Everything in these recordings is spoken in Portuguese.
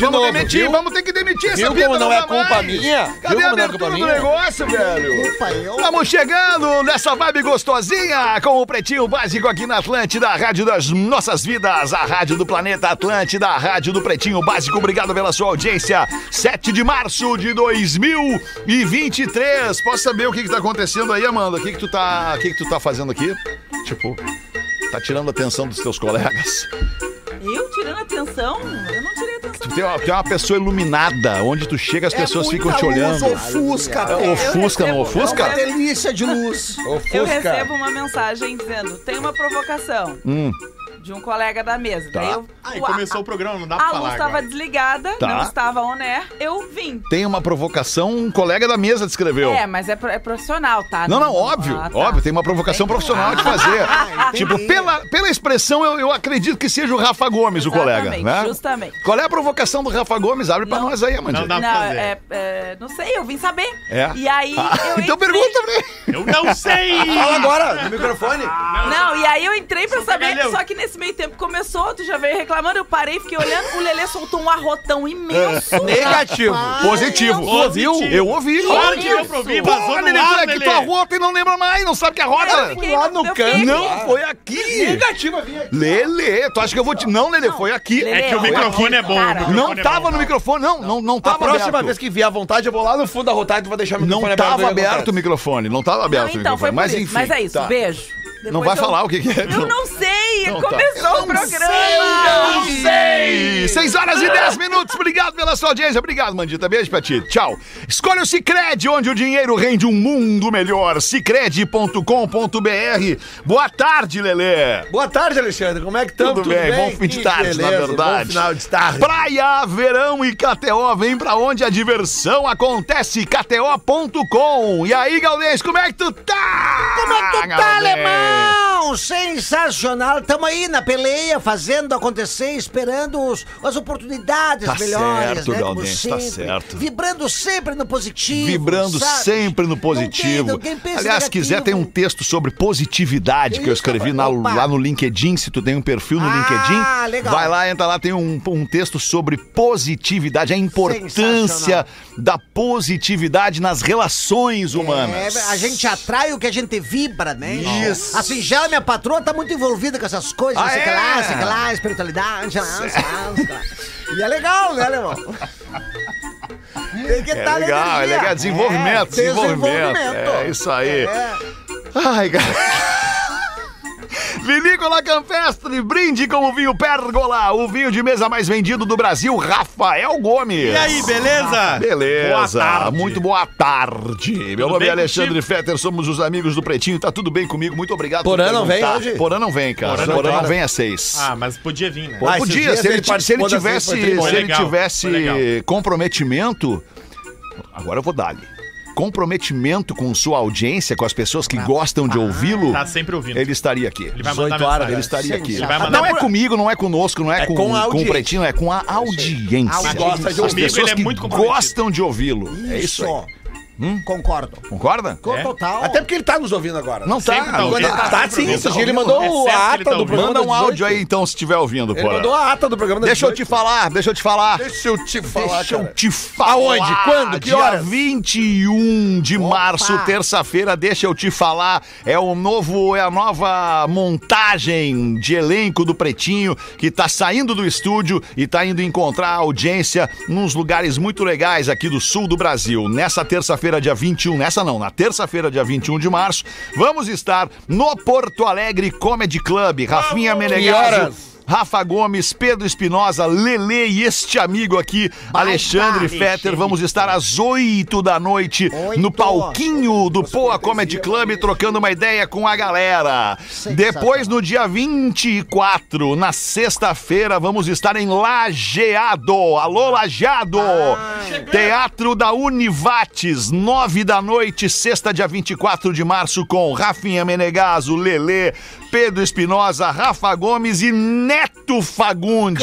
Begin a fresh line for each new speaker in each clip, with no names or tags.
vamos
novo,
demitir,
viu?
vamos ter que demitir essa
Viu
vida,
como não é
dá
culpa
mais.
minha?
Cadê
Viu
a
como não é
abertura
culpa
do
minha?
negócio, velho?
Opa, eu.
Estamos chegando nessa vibe gostosinha com o Pretinho Básico aqui na Atlântida, a rádio das nossas vidas, a rádio do planeta Atlântida, a rádio do Pretinho Básico. Obrigado pela sua audiência. 7 de março de 2023. Posso saber o que está acontecendo aí, Amanda? O que que tu tá, o que que tu tá fazendo aqui? Tipo, tá tirando a atenção dos teus colegas.
Eu tirando atenção? Eu não tirei atenção.
Tu tem uma, tu é uma pessoa iluminada, onde tu chega as pessoas ficam te olhando.
Ofusca,
É,
pé.
ofusca, não
recebo- É
ofusca?
eu
Uma delícia de luz.
Eu recebo uma mensagem dizendo: tem uma provocação
Hum.
de um colega da mesa.
Tá.
Daí eu,
Aí
a-
começou o programa, não dá pra
A luz
falar
estava
agora.
desligada,
Tá.
não estava on air, eu vim.
Tem uma provocação, um colega da mesa descreveu.
É, mas é, pro- é profissional, tá?
Não, não, óbvio,
Ah, tá.
óbvio, tem uma provocação profissional de fazer.
Ah,
tipo, pela, pela expressão, eu, eu acredito que seja o Rafa Gomes, o colega,
Exatamente,
né?
Justamente.
Qual é a provocação do Rafa Gomes? Abre pra
Não.
nós aí, Amandinha.
Não dá pra
não,
fazer.
é, é, não sei, eu vim saber.
É.
E aí eu
então
entrei-
pergunta pra ele.
Eu não sei!
Fala agora, no microfone.
Não, e aí eu entrei pra saber,
cagalhão.
só que nesse meio tempo começou, tu já veio reclamando, eu parei, fiquei olhando, o Lelê soltou um arrotão
É.
imenso.
Negativo. Positivo.
eu
Tu ouviu?
ouvi.
Eu ouvi.
Claro que eu provi, vazou
Porra,
no
Lelê, tu
ar,
é que
Lelê.
tu arrota e não lembra mais, não sabe que é
Eu
arrota.
fiquei- eu fiquei-
Não, foi aqui.
Negativa, vinha aqui.
Lelê, tu acha que eu vou te... Não, Lelê, foi aqui.
Lelê,
É que o
ó,
microfone é bom.
cara.
o
Não
microfone é
tava
bom.
no microfone, não, não, não
tá? A
tava
próxima
aberto.
vez que vier à vontade, eu vou lá no fundo da rotada e vou deixar o
Não
microfone
tava
ver o que
aberto o
acontece.
microfone, não tava
Não,
aberto o
então,
microfone.
foi por
Mas
isso.
enfim.
Mas é isso,
tá.
beijo.
Não
Depois
vai
eu-
falar o que, que é.
Eu não sei,
Então tá.
começou o programa.
sei! 6 horas e 10 minutos, obrigado pela sua audiência. Obrigado, Mandita. Beijo pra ti. Tchau. Escolha o Cicred, onde o dinheiro rende um mundo melhor. Cicred.com.br. Boa tarde, Lelê.
Boa tarde, Alexandre. Como é que estamos?
Tudo, bem, bom fim de tarde, na verdade.
Bom final de tarde.
Praia, verão e KTO, vem pra onde a diversão acontece, KTO.com. E aí, Galdês, como é que tu tá?
Como é que tu tá,
Galdês?
alemão? Sensacional. Tamo aí na peleia, fazendo acontecer, esperando os- as oportunidades
Tá
melhores,
certo,
né? Como
Galdêncio, tá
sempre.
certo.
Vibrando sempre no positivo.
Vibrando
sabe?
sempre no
Não tem-
positivo.
ninguém pensa
Aliás, se quiser, tem um
negativo.
texto sobre positividade que eu
Isso,
escrevi na-
opa.
lá no LinkedIn. Se tu tem um perfil no
Ah,
LinkedIn,
legal.
vai lá, entra lá, tem um, um texto sobre positividade, a importância
Sensacional.
da positividade nas relações humanas.
É, a gente atrai o que a gente vibra, né?
Isso.
A singela, minha patroa, tá muito envolvida com essas coisas,
Ah,
sei que
é?
lá, sei que lá, espiritualidade, sei lá, sei lá, sei lá. E é legal, né, alemão? Tem que
É
tá na
legal, é
energia.
legal. Desenvolvimento,
É,
desenvolvimento. É isso aí. Ai, cara. Vinícola Campestre, brinde com o vinho Pérgola, o vinho de mesa mais vendido do Brasil, Rafael Gomes.
E aí, beleza?
Beleza,
Boa tarde.
muito boa tarde. Meu nome é
bem
Alexandre
contigo?
Fetter, somos os amigos do Pretinho, tá tudo bem comigo, muito obrigado
Porã
por
não vem
perguntar.
hoje?
Porã não vem, cara.
Porã
Porã,
não vem.
não vem às seis.
Ah, mas podia vir, né?
Ah, esses
Podia,
dias
se ele,
ele
ti- se ele
participou das
tivesse, se
vezes, foi tri bom.
ele
Legal,
tivesse
foi legal.
comprometimento, agora eu vou dar-lhe. Comprometimento com sua audiência, com as pessoas que gostam de ouvi-lo,
Tá sempre ouvindo.
ele estaria aqui.
Ele vai mandar
18 horas,
mensagem.
Ele estaria aqui.
Ele vai mandar
Não é
por-
comigo, não é conosco, não é,
É
com,
com a
com o
audiência.
Pretinho, é com a audiência.
Que gosta de
As
ouvir.
pessoas
Ele é
que
muito comprometido.
gostam de ouvi-lo. É isso aí.
Hum?
Hum?
Concordo.
Concorda?
Com
É?
total.
Até porque ele tá nos ouvindo agora.
Não tá.
Sempre tá
não
ouvindo.
tá.
Tá, tá sim, esse dia ele
É
mandou a
certo que ele tá
ata do
ouvindo.
programa.
Manda um
da 18.
áudio aí então, se estiver ouvindo,
Ele
Porã.
mandou a ata do programa da
Deixa eu
18.
te falar, deixa eu te falar.
Deixa eu te falar.
Deixa eu
cara.
te falar.
Aonde? Quando? Que
Dia
horas?
21 de março, terça-feira, deixa eu te falar. É o novo, é a nova montagem de elenco do Pretinho que tá saindo do estúdio e tá indo encontrar a audiência nos lugares muito legais aqui do sul do Brasil. Nessa terça-feira, dia 21, nessa não, na terça-feira, dia 21 de março, vamos estar no Porto Alegre Comedy Club. Rafinha Menegaso.
horas?
Rafa Gomes, Pedro Espinosa, Lele e este amigo aqui, Alexandre Fetter. Vamos estar às 8 da noite no
Oito.
palquinho do Poa Comedy Club, trocando uma ideia com a galera. Depois, no dia 24, na sexta-feira, vamos estar em Lajeado. Alô, Lajeado! Teatro da Univates, 9 da noite, sexta, dia 24 de março, com Rafinha Menegaso, Lele, Pedro Espinosa, Rafa Gomes e Neto. Neto Fagundi.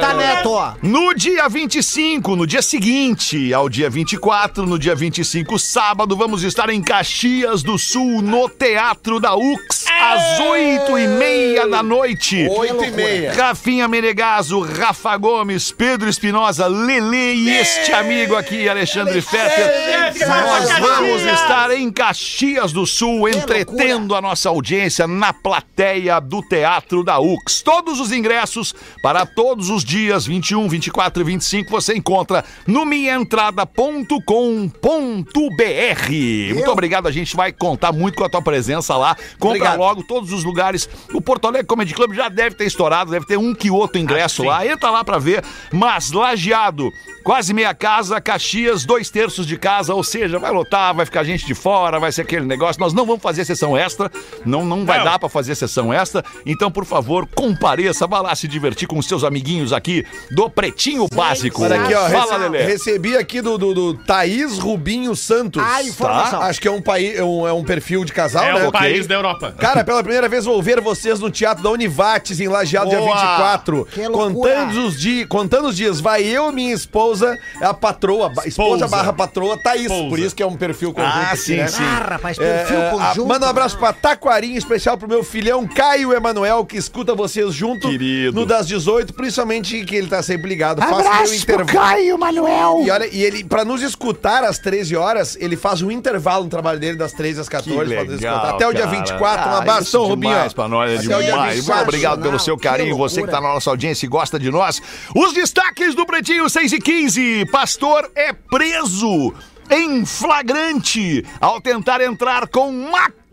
Tá, Neto, ó.
No dia 25, no dia seguinte ao dia 24, no dia 25, sábado, vamos estar em Caxias do Sul, no Teatro da UX, às oito e meia da noite.
Oito e meia.
Rafinha Menegaso, Rafa Gomes, Pedro Espinosa, Lele e este amigo aqui, Alexandre Fetter. Nós vamos estar em Caxias do Sul, entretendo a nossa audiência na plateia do Teatro da UX. Todos os ingressos para todos os dias 21, 24 e 25 você encontra no minhaentrada.com.br. Muito obrigado, a gente vai contar muito com a tua presença lá. Compra
Obrigado.
logo todos os lugares. O Porto Alegre Comedy Club já deve ter estourado, deve ter um que outro ingresso lá. Entra lá pra ver. Mas Lajeado, quase meia casa, Caxias, dois terços de casa, ou seja, vai lotar, vai ficar gente de fora, vai ser aquele negócio. Nós não vamos fazer sessão extra, não, não vai
Não.
dar pra fazer sessão extra. Então, por favor, compareça, vá lá se divertir com os seus amiguinhos aqui do Pretinho Básico.
Olha aqui, ó.
Fala,
rece-
Lelê.
Recebi aqui do, do, do Thaís Rubinho Santos.
Ah, informação.
Acho que é um, país, é, um, é um perfil de casal,
É
né?
o país da Europa.
Cara, pela primeira vez vou ver vocês no Teatro da Univates, em Lajeado, dia
Boa!
24.
Que loucura!
Contando os, di contando os dias, vai eu, minha esposa, é a patroa, ba- esposa
Esposa.
barra patroa, Thaís.
Esposa.
Por isso que é um perfil conjunto.
Ah,
aqui,
sim,
né?
sim.
Ah, rapaz,
É,
perfil
é, a-
conjunto.
manda um abraço pra Taquarim, especial pro meu filhão Caio Emanuel, que escuta vocês junto
Querido.
no das 18, principalmente que ele tá sempre ligado. Faz meu intervalo.
Caio Manuel.
E olha, e ele, pra nos escutar às 13 horas, ele faz um intervalo no trabalho dele das 13 às 14, pra nos
legal,
escutar. Até o dia
cara.
24. Um
Ah,
abraço,
isso
São
é
Rubinho.
demais pra nós, é
Até o dia
demais.
24.
Muito obrigado pelo
Ah,
seu
Que
carinho, você que
loucura.
tá na nossa audiência e gosta de nós. Os destaques do Pretinho 6 e 15. Pastor é preso em flagrante ao tentar entrar com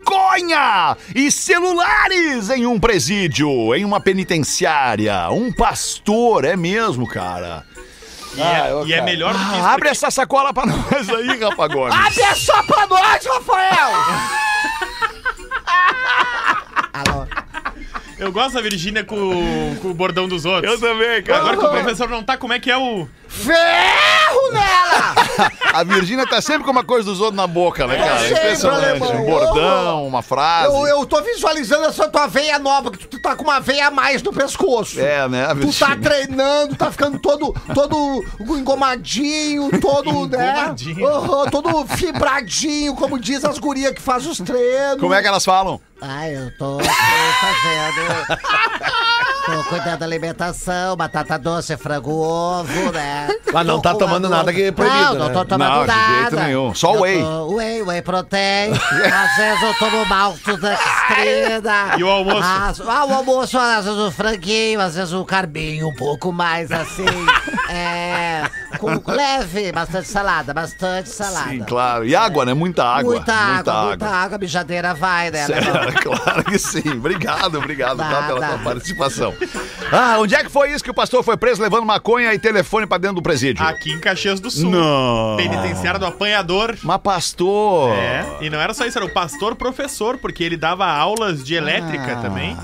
maconha e celulares em um presídio, em uma penitenciária. Um pastor, é mesmo, cara.
E, é, e é melhor do que isso.
Ah, abre essa sacola pra nós aí, Rafa Gomes.
É só pra nós, Rafael! Alô.
porque Eu gosto da Virgínia com, com o bordão dos outros.
também,
Agora que o professor não tá, como é que é o.
Ferro nela!
A Virgínia tá sempre com uma coisa dos outros na boca, né, cara? É
sempre,
impressionante.
alemão.
Um bordão, uma frase.
Eu, eu tô visualizando essa tua veia nova, que tu, tu tá com uma veia a mais no pescoço.
É, né, a
Tu tá
Virgínia?
treinando, tá ficando todo, todo engomadinho, todo, né?
Engomadinho.
Aham, todo fibradinho, como diz as gurias que faz os treinos.
Como é que elas falam?
Ai, eu tô aqui fazendo. Tô cuidando da alimentação, batata doce, frango, ovo, né?
Mas não
Tô
tá
com
tomando
uma-
nada que é proibido,
Não, não
né?
tô tomando
Não, de
nada.
jeito nenhum. Só
Eu
whey.
tô- Whey, whey protein. Às vezes eu tomo malto da estrela.
E o almoço?
Às- ah, o almoço, às vezes o franguinho, às vezes o carbinho, um pouco mais assim. é. Com leve, bastante salada, bastante salada.
Sim, claro. E água, né? Muita água.
Muita água, muita água, a mijadeira vai, né?
Certo, claro que sim. Obrigado, obrigado tá, pela
Nada.
tua participação. Ah, onde é que foi isso que o pastor foi preso levando maconha e telefone pra dentro do presídio?
Aqui em Caxias do Sul.
Não.
Penitenciário do apanhador.
Mas pastor...
É, e não era só isso, era o pastor professor, porque ele dava aulas de elétrica também.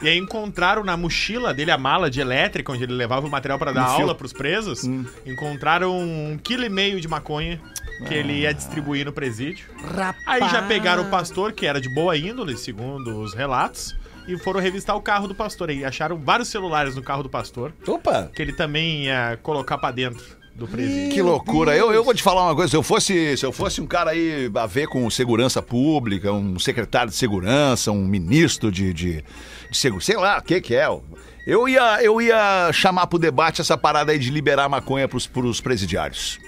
E aí encontraram na mochila dele a mala de elétrica, onde ele levava o material para dar aula pros presos. Encontraram um quilo e meio de maconha que ele ia distribuir no presídio.
Rapaz.
Aí já pegaram o pastor, que era de boa índole, segundo os relatos, e foram revistar o carro do pastor. Aí acharam vários celulares no carro do pastor,
Opa!
que ele também ia colocar pra dentro do presídio.
Que loucura. Eu, eu vou te falar uma coisa. Se eu fosse, se eu fosse um cara aí a ver com segurança pública, um secretário de segurança, um ministro de, de, de segu- sei lá, o que que é. ó. Eu ia, eu ia chamar pro debate essa parada aí de liberar maconha pros, pros presidiários.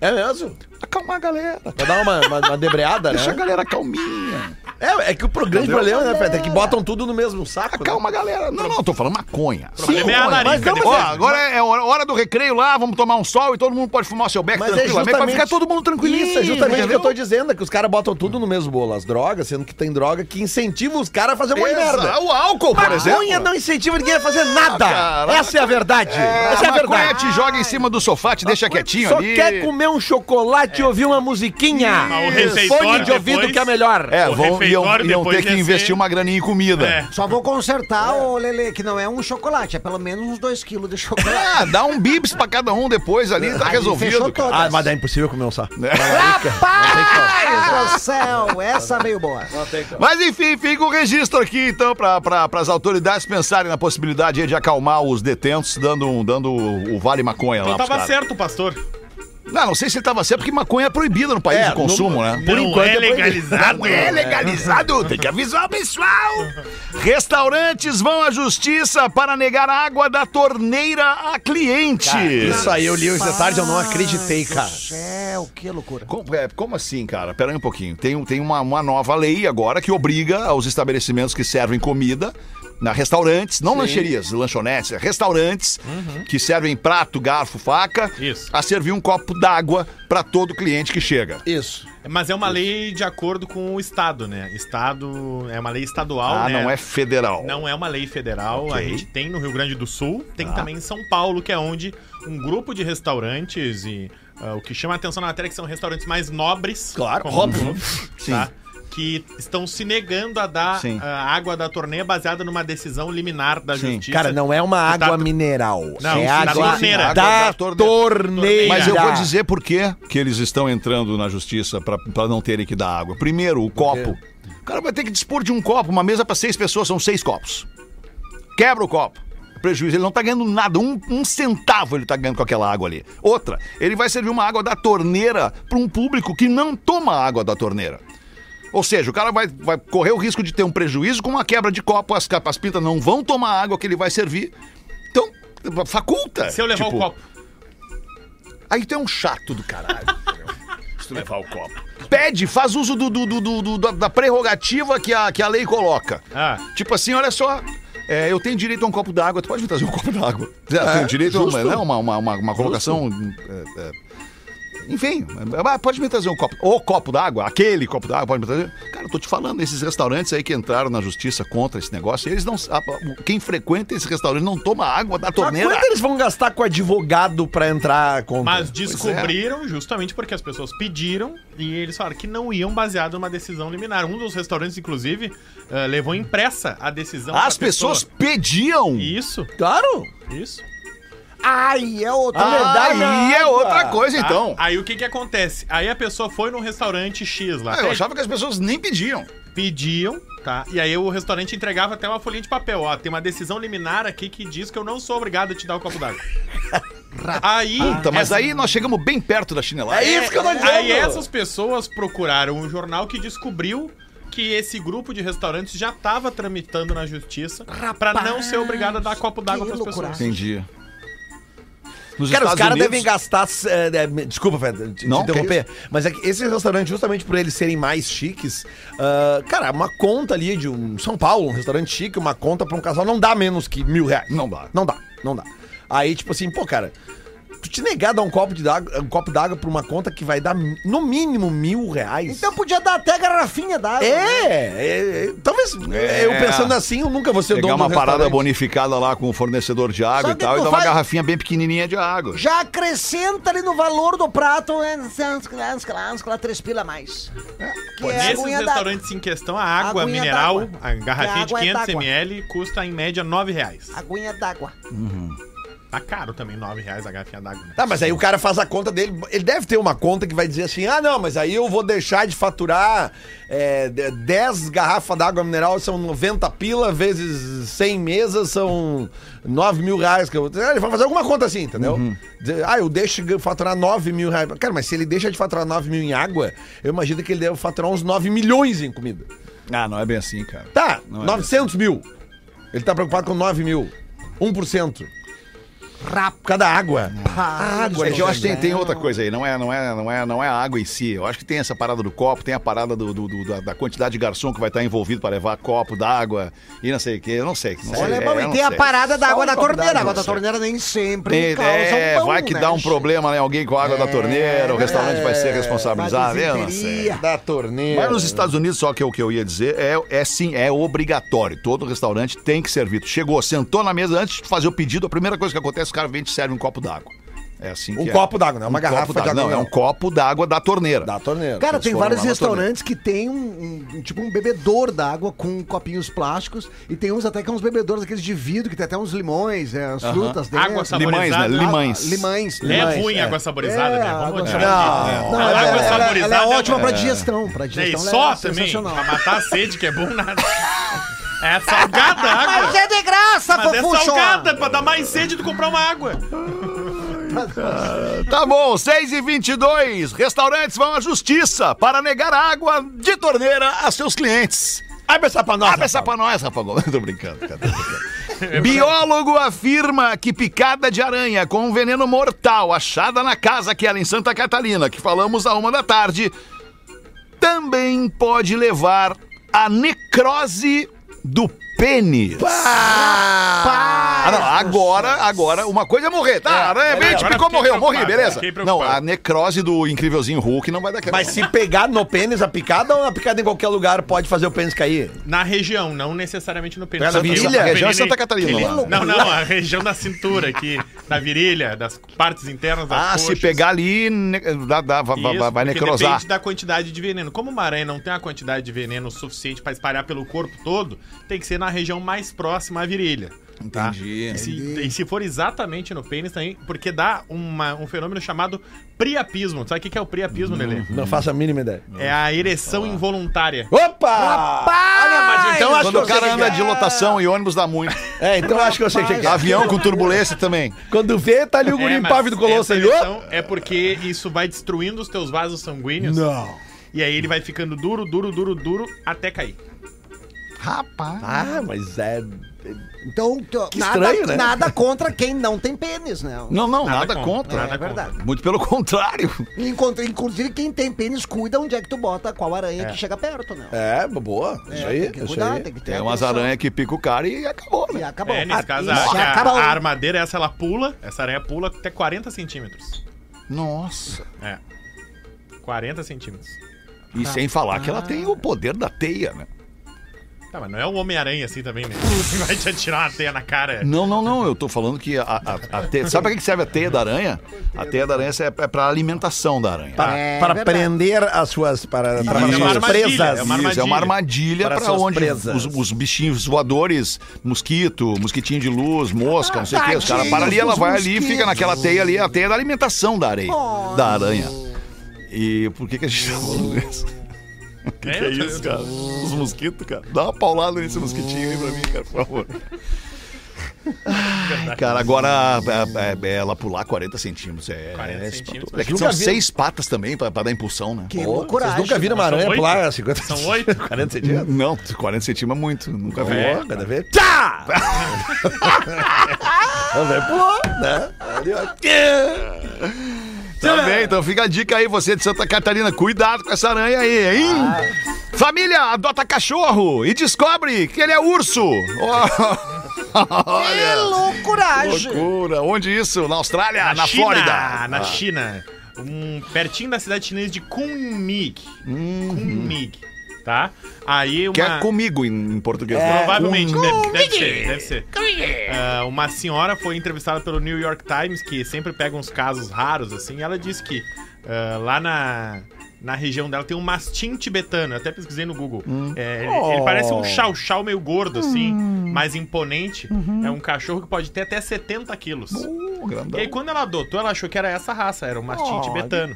É mesmo?
Acalmar a galera.
Vai dar uma, uma, uma debreada, né?
Deixa a galera calminha.
É, é que o pro- grande problema, né, Feta, é que botam tudo no mesmo saco. né?
Calma, galera. Não, não, tô falando maconha.
problema é a
maconha.
larica
Mas não-
depois.
Ó, agora é hora, hora do recreio lá, vamos tomar um sol e todo mundo pode fumar seu beck
Mas é
tranquilamente pra
justamente-
ficar todo mundo tranquilinho.
Isso, é justamente o que eu
entendeu?
tô dizendo, é que os caras botam tudo no mesmo bolo. As drogas, sendo que tem droga que incentiva os caras a fazer uma merda.
Exa- O álcool, por exemplo.
Maconha não incentiva ninguém a fazer nada.
caraca.
Essa é a verdade. Essa Ah, é a
a maconha
verdade.
te joga em cima do sofá, te deixa quietinho
Só
ali.
quer comer um chocolate e ouvir uma musiquinha.
Mas o
Fone de
refeitório
ouvido
depois-
que é melhor.
É,
O
vão, iam,
escritório,
iam ter
depois
que
ia ser-
investir uma graninha em comida.
É.
Só vou consertar, ô Lele, que não é um chocolate, é pelo menos uns 2 quilos de chocolate.
Ah, dá um bips pra cada um depois ali, tá
Aí
resolvido.
fechou
cara.
todas.
Ah, mas é impossível comer um só.
Rapaz do céu, essa veio boa.
Mas enfim, fica o registro aqui então pra pra- as autoridades pensarem na possibilidade aí de acalmar os detentos dando, um- dando o o vale maconha
Então
lá pros
tava
caras.
certo, pastor.
Não, não sei se ele tava certo, porque maconha é proibida no país
É,
de consumo,
no-
né?
Por não
enquanto é
é
proibido.
legalizado.
é legalizado, tem que avisar o pessoal. Restaurantes vão à justiça para negar água da torneira a cliente.
Isso aí eu li hoje de tarde, eu não acreditei, cara.
Céu, É, que loucura.
Como, é, como assim, cara? Pera aí um pouquinho. Tem, um- tem uma, uma nova lei agora que obriga aos estabelecimentos que servem comida, na restaurantes, não lancherias, lanchonetes, é restaurantes que servem prato, garfo, faca,
Isso.
a servir um copo d'água para todo cliente que chega.
Isso.
Mas é uma lei de acordo com o Estado, né? Estado. É uma lei estadual,
Ah,
né?
não é federal.
Não é uma lei federal,
Ok. Tá.
a gente tem no Rio Grande do Sul, tem também em São Paulo, que é onde um grupo de restaurantes e ah, o que chama a atenção na matéria é que são restaurantes mais nobres.
Claro,
como-
óbvio.
Sim.
tá? Que estão se negando a dar
Sim.
ah, água da torneira baseada numa decisão liminar da
Sim.
justiça.
Cara, não é uma
Tá-
água mineral.
Não,
é
sim,
água
da
da
torneira.
torneira.
Água da
torneira.
Mas
Tá.
eu vou dizer por quê que eles estão entrando na justiça para não terem que dar água. Primeiro, o copo. O cara vai ter que dispor de um copo, uma mesa para seis pessoas, são seis copos. Quebra o copo. Prejuízo, ele não tá ganhando nada, um, um centavo ele tá ganhando com aquela água ali. Outra, ele vai servir uma água da torneira para um público que não toma água da torneira. Ou seja, o cara vai, vai correr o risco de ter um prejuízo com uma quebra de copo, as, capas pintas não vão tomar a água que ele vai servir. Então, faculta.
Se eu levar
tipo,
o copo.
Aí tu é um chato do caralho. entendeu? Se tu levar o copo. Pede, faz uso do, do- do- do- do- da- da prerrogativa que a, que a lei coloca.
Ah.
Tipo assim, olha só. é, eu tenho direito a um copo d'água, tu pode me trazer um copo d'água. É, eu tenho direito a uma, né, uma, uma, uma- uma colocação. é, é, enfim, ah, pode me trazer um copo. O copo d'água, aquele copo d'água, pode me trazer. Cara, eu tô te falando, esses restaurantes aí que entraram na justiça contra esse negócio, eles não. sa- Quem frequenta esse restaurante não toma água da
Mas
torneira.
quanto eles vão gastar com advogado pra entrar contra?
Mas
é.
descobriram justamente porque as pessoas pediram e eles falaram que não iam baseado numa decisão liminar. Um dos restaurantes, inclusive, ah, levou impressa a decisão.
As
da
pessoas
pessoa.
pediam.
Isso,
Claro.
isso.
Ai, é outra.
verdade,
Aí é
água.
outra coisa,
Tá?
então.
Aí o que que acontece? Aí a pessoa foi num restaurante X lá.
Ah, eu
Até
achava que as pessoas nem pediam.
Pediam, tá? E aí o restaurante entregava até uma folhinha de papel. Ó, tem uma decisão liminar aqui que diz que eu não sou obrigado a te dar o copo d'água. aí.
Puta, mas
Ah, essa-
aí tá nós chegamos bem perto da chinelada.
É isso que eu tô dizendo.
Aí essas pessoas procuraram um jornal que descobriu que esse grupo de restaurantes já estava tramitando na justiça pra não ser obrigado a dar copo d'água
que
pras
loucura.
pessoas.
Entendi. Nos
Cara, os
Estados
caras
Unidos-
devem gastar. eh, eh, me- desculpa, Fred, te,
Não,
te interromper. Mas é que esses restaurantes, justamente por eles serem mais chiques, ah, cara, uma conta ali de um São Paulo, um restaurante chique, uma conta pra um casal não dá menos que mil reais.
Não dá.
Não dá, não dá. Aí, tipo assim, pô, cara, tu te negar a dar um copo de água, um copo d'água pra uma conta que vai dar no mínimo mil reais.
Então podia dar até garrafinha d'água.
É,
né?
é, é, talvez eu pensando assim, eu nunca vou ser
Pegar
dono de um
uma parada
restaurante.
bonificada lá com o fornecedor de água
Só
e
que
tal, e
tu
dá uma
faz-
garrafinha bem pequenininha de água.
Já acrescenta ali no valor do prato, né? lá, três pila a mais. Que é a
Nesses
aguinha d'água.
restaurantes em questão, a água
Aguinha
mineral,
d'água.
a garrafinha de
Água é
500
d'água.
ml, custa em média R$ 9 reais.
Aguinha d'água.
Tá caro também R$ 9 reais a garrafinha d'água. né?
Tá, mas aí o cara faz a conta dele. Ele deve ter uma conta que vai dizer assim: ah, não, mas aí eu vou deixar de faturar é, de- 10 garrafas d'água mineral, são 90 pila, vezes 100 mesas, são 9 mil reais. Que eu... Ah, Ele vai fazer alguma conta assim, entendeu?
Uhum.
Dizer, Ah, eu deixo de faturar 9 mil reais. Cara, mas se ele deixa de faturar 9 mil em água, eu imagino que ele deve faturar uns 9 milhões em comida.
Ah, não é bem assim, cara.
Tá,
Não é
900 mil. Ele tá preocupado com 9 mil. 1%. Rap. Cada água. Pá, água.
É que eu acho que tem,
né?
tem outra coisa aí, não é, não, é, não, é, não é a água em si. Eu acho que tem essa parada do copo, tem a parada do, do- do- da, da quantidade de garçom que vai estar envolvido para levar copo d'água e não sei o que. Eu não sei. Não sei
Olha,
é,
bom,
eu
e
não
tem a
sei.
parada da
Só
água
um
da
copo
torneira. A água
d'água,
da torneira nem sempre
É,
causa
é,
um pão,
vai que
né? É
dá um problema, né? Alguém com água da torneira, o restaurante vai
É,
ser responsabilizado.
uma
eu não sei.
disenteria.
Da torneira.
Mas nos Estados Unidos, só que o que eu ia dizer é, é sim, é obrigatório. Todo restaurante tem que servir. Tu chegou, sentou na mesa antes de tu fazer o pedido, a primeira coisa que acontece, o cara vem e te serve um copo d'água. É assim
Um
que é.
copo d'água, não é uma
Um
garrafa
copo
de
d'água.
água,
Não, é
não.
um copo d'água da torneira.
Da torneira.
Cara,
Eles
tem
foram
vários
lá na torneira.
restaurantes que tem um, um- tipo um bebedor d'água com copinhos plásticos e tem uns até que é uns bebedores daqueles de vidro que tem até uns limões, é, as frutas dentro.
Água
Ah,
saborizada.
Limões, né? Limões.
Limões.
É ruim água saborizada,
É,
né? Vamos
água
botar
saborizada.
aqui.
Não,
Não,
A
ela,
água
ela- ela- ela
saborizada
é ótima pra
é-
digestão, pra
E
digestão. ela
só
é
também,
sensacional.
pra matar a sede, que é bom nada. É salgada a
Mas
água.
é de graça,
Mas
um
é
fofucho!
salgada, é pra dar mais sede do que comprar uma água.
Tá bom, 6 e 22 Restaurantes vão à justiça para negar água de torneira a seus clientes. Abre essa pra nós. Abre essa pra nós, Rafa Gomes. Tô brincando, cara. tô brincando. Biólogo afirma que picada de aranha com um veneno mortal achada na casa que era em Santa Catarina, que falamos à uma da tarde, também pode levar à necrose do pênis. Ah, não, agora, agora, uma coisa é morrer. Tá, aranha, bem, te
agora
picou,
fiquei
morreu, morri,
preocupado,
beleza.
fiquei preocupado.
Não, a necrose do incrívelzinho Hulk não vai dar
Mas se pegar no pênis a picada ou a picada em qualquer lugar pode fazer o pênis cair?
Na região, não necessariamente no pênis.
Na
Só que
virilha?
o
A região é
veneno-
Santa Catarina,
ele-
lá.
Não, não, a região da cintura aqui, da virilha, das partes internas das
Ah, se
coxas.
pegar ali, ne- dá- dá- va- va-
Isso,
vai
porque
necrosar.
Depende da quantidade de veneno. Como uma aranha não tem a quantidade de veneno suficiente pra espalhar pelo corpo todo, tem que ser na região mais próxima à virilha. Tá?
Entendi.
E, se, e se for exatamente no pênis também, porque dá uma- um fenômeno chamado priapismo. Sabe o que que é o priapismo, Lelê?
Hum.
Não faço a mínima ideia.
É a ereção involuntária.
Opa! Olha, mas então acho
É, Quando o
que eu
cara
sei
anda
que
de lotação e ônibus dá muito.
é. É, então acho que eu sei o que é.
Avião com turbulência também.
Quando vê, tá ali o guri
É, mas
impávido colosso
essa
ali. Opa!
ereção É porque isso vai destruindo os teus vasos sanguíneos.
Não.
E aí ele vai ficando duro, duro, duro, duro, até cair.
Rapaz.
Ah, mas é.
Então, que nada,
estranho, né?
nada contra quem não tem pênis, né?
Não, não, nada,
Nada
contra.
contra,
é verdade.
Muito pelo contrário.
Encontra- Inclusive, quem tem pênis cuida onde é que tu bota, qual aranha que chega perto, né?
É, boa. isso aí,
tem que
isso
cuidar,
aí.
tem que ter
Tem umas
atenção.
aranhas que pica o cara e acabou,
E
né?
acabou.
É, nesse
Ah, isso,
caso, a, a-
acabou.
a armadeira, essa ela pula, essa aranha pula até 40 centímetros.
Nossa.
É. 40 centímetros.
E sem falar que ela tem o poder da teia, né?
Tá, mas não é o Homem-Aranha assim também, né? Que vai te atirar uma teia na cara.
Não, não, não. Eu tô falando que a, a- a teia. Sabe pra que que serve a teia da aranha? A teia da aranha é é pra alimentação da aranha.
Para,
É
para
verdade.
prender as suas. Para, para
é
as
uma
suas
armadilha,
presas.
é uma
Isso, é uma armadilha
Para
pra
suas
onde
presas.
os, os bichinhos voadores, mosquito, mosquitinho de luz, mosca, não sei o que, os caras param ali, ela vai ali e fica naquela teia ali, a teia da alimentação da areia, da aranha. E por que que a gente tá falando isso?
Que
Que é isso, cara? Os mosquitos, cara. Dá uma paulada nesse mosquitinho aí pra mim, cara, por favor. Ai, cara, agora é, é, ela pular 40 centímetros é.
40
é
centímetros.
espantoso. É que
Nunca
são
vi.
seis patas também pra, pra dar impulsão, né?
Que né?
Pô,
loucura.
Vocês nunca viram uma
São
aranha
oito?
pular a 50
São oito?
40 centímetros?
Não, 40 centímetros é muito. Nunca vi.
Pô, cada vez. Tchá! Não, velho, pulou, né? Ali, ó.
Tá bem, então fica a dica aí, você de Santa Catarina, cuidado com essa aranha aí, hein? Família, adota cachorro e descobre que ele é urso. Oh,
Que
Olha,
loucuragem!
loucura. Onde isso? Na Austrália? Na,
Na, China,
Flórida?
Na
Ah.
China. Um, pertinho da cidade chinesa de Kunming. Kunming. Tá? Aí uma...
Hum. Que é comigo em, em português. né?
É. Provavelmente, deve, deve ser, deve ser. Ah, uma senhora foi entrevistada pelo New York Times, que sempre pega uns casos raros, assim, e ela disse que ah, lá na, na região dela tem um mastim tibetano, eu até pesquisei no Google.
Hum.
É, ele, ele parece
Oh.
um chau-chau meio gordo, assim, mas imponente. É um cachorro que pode ter até 70 quilos.
Uhum. Uh, grandão.
E aí, quando ela adotou, ela achou que era essa raça, era um mastim tibetano.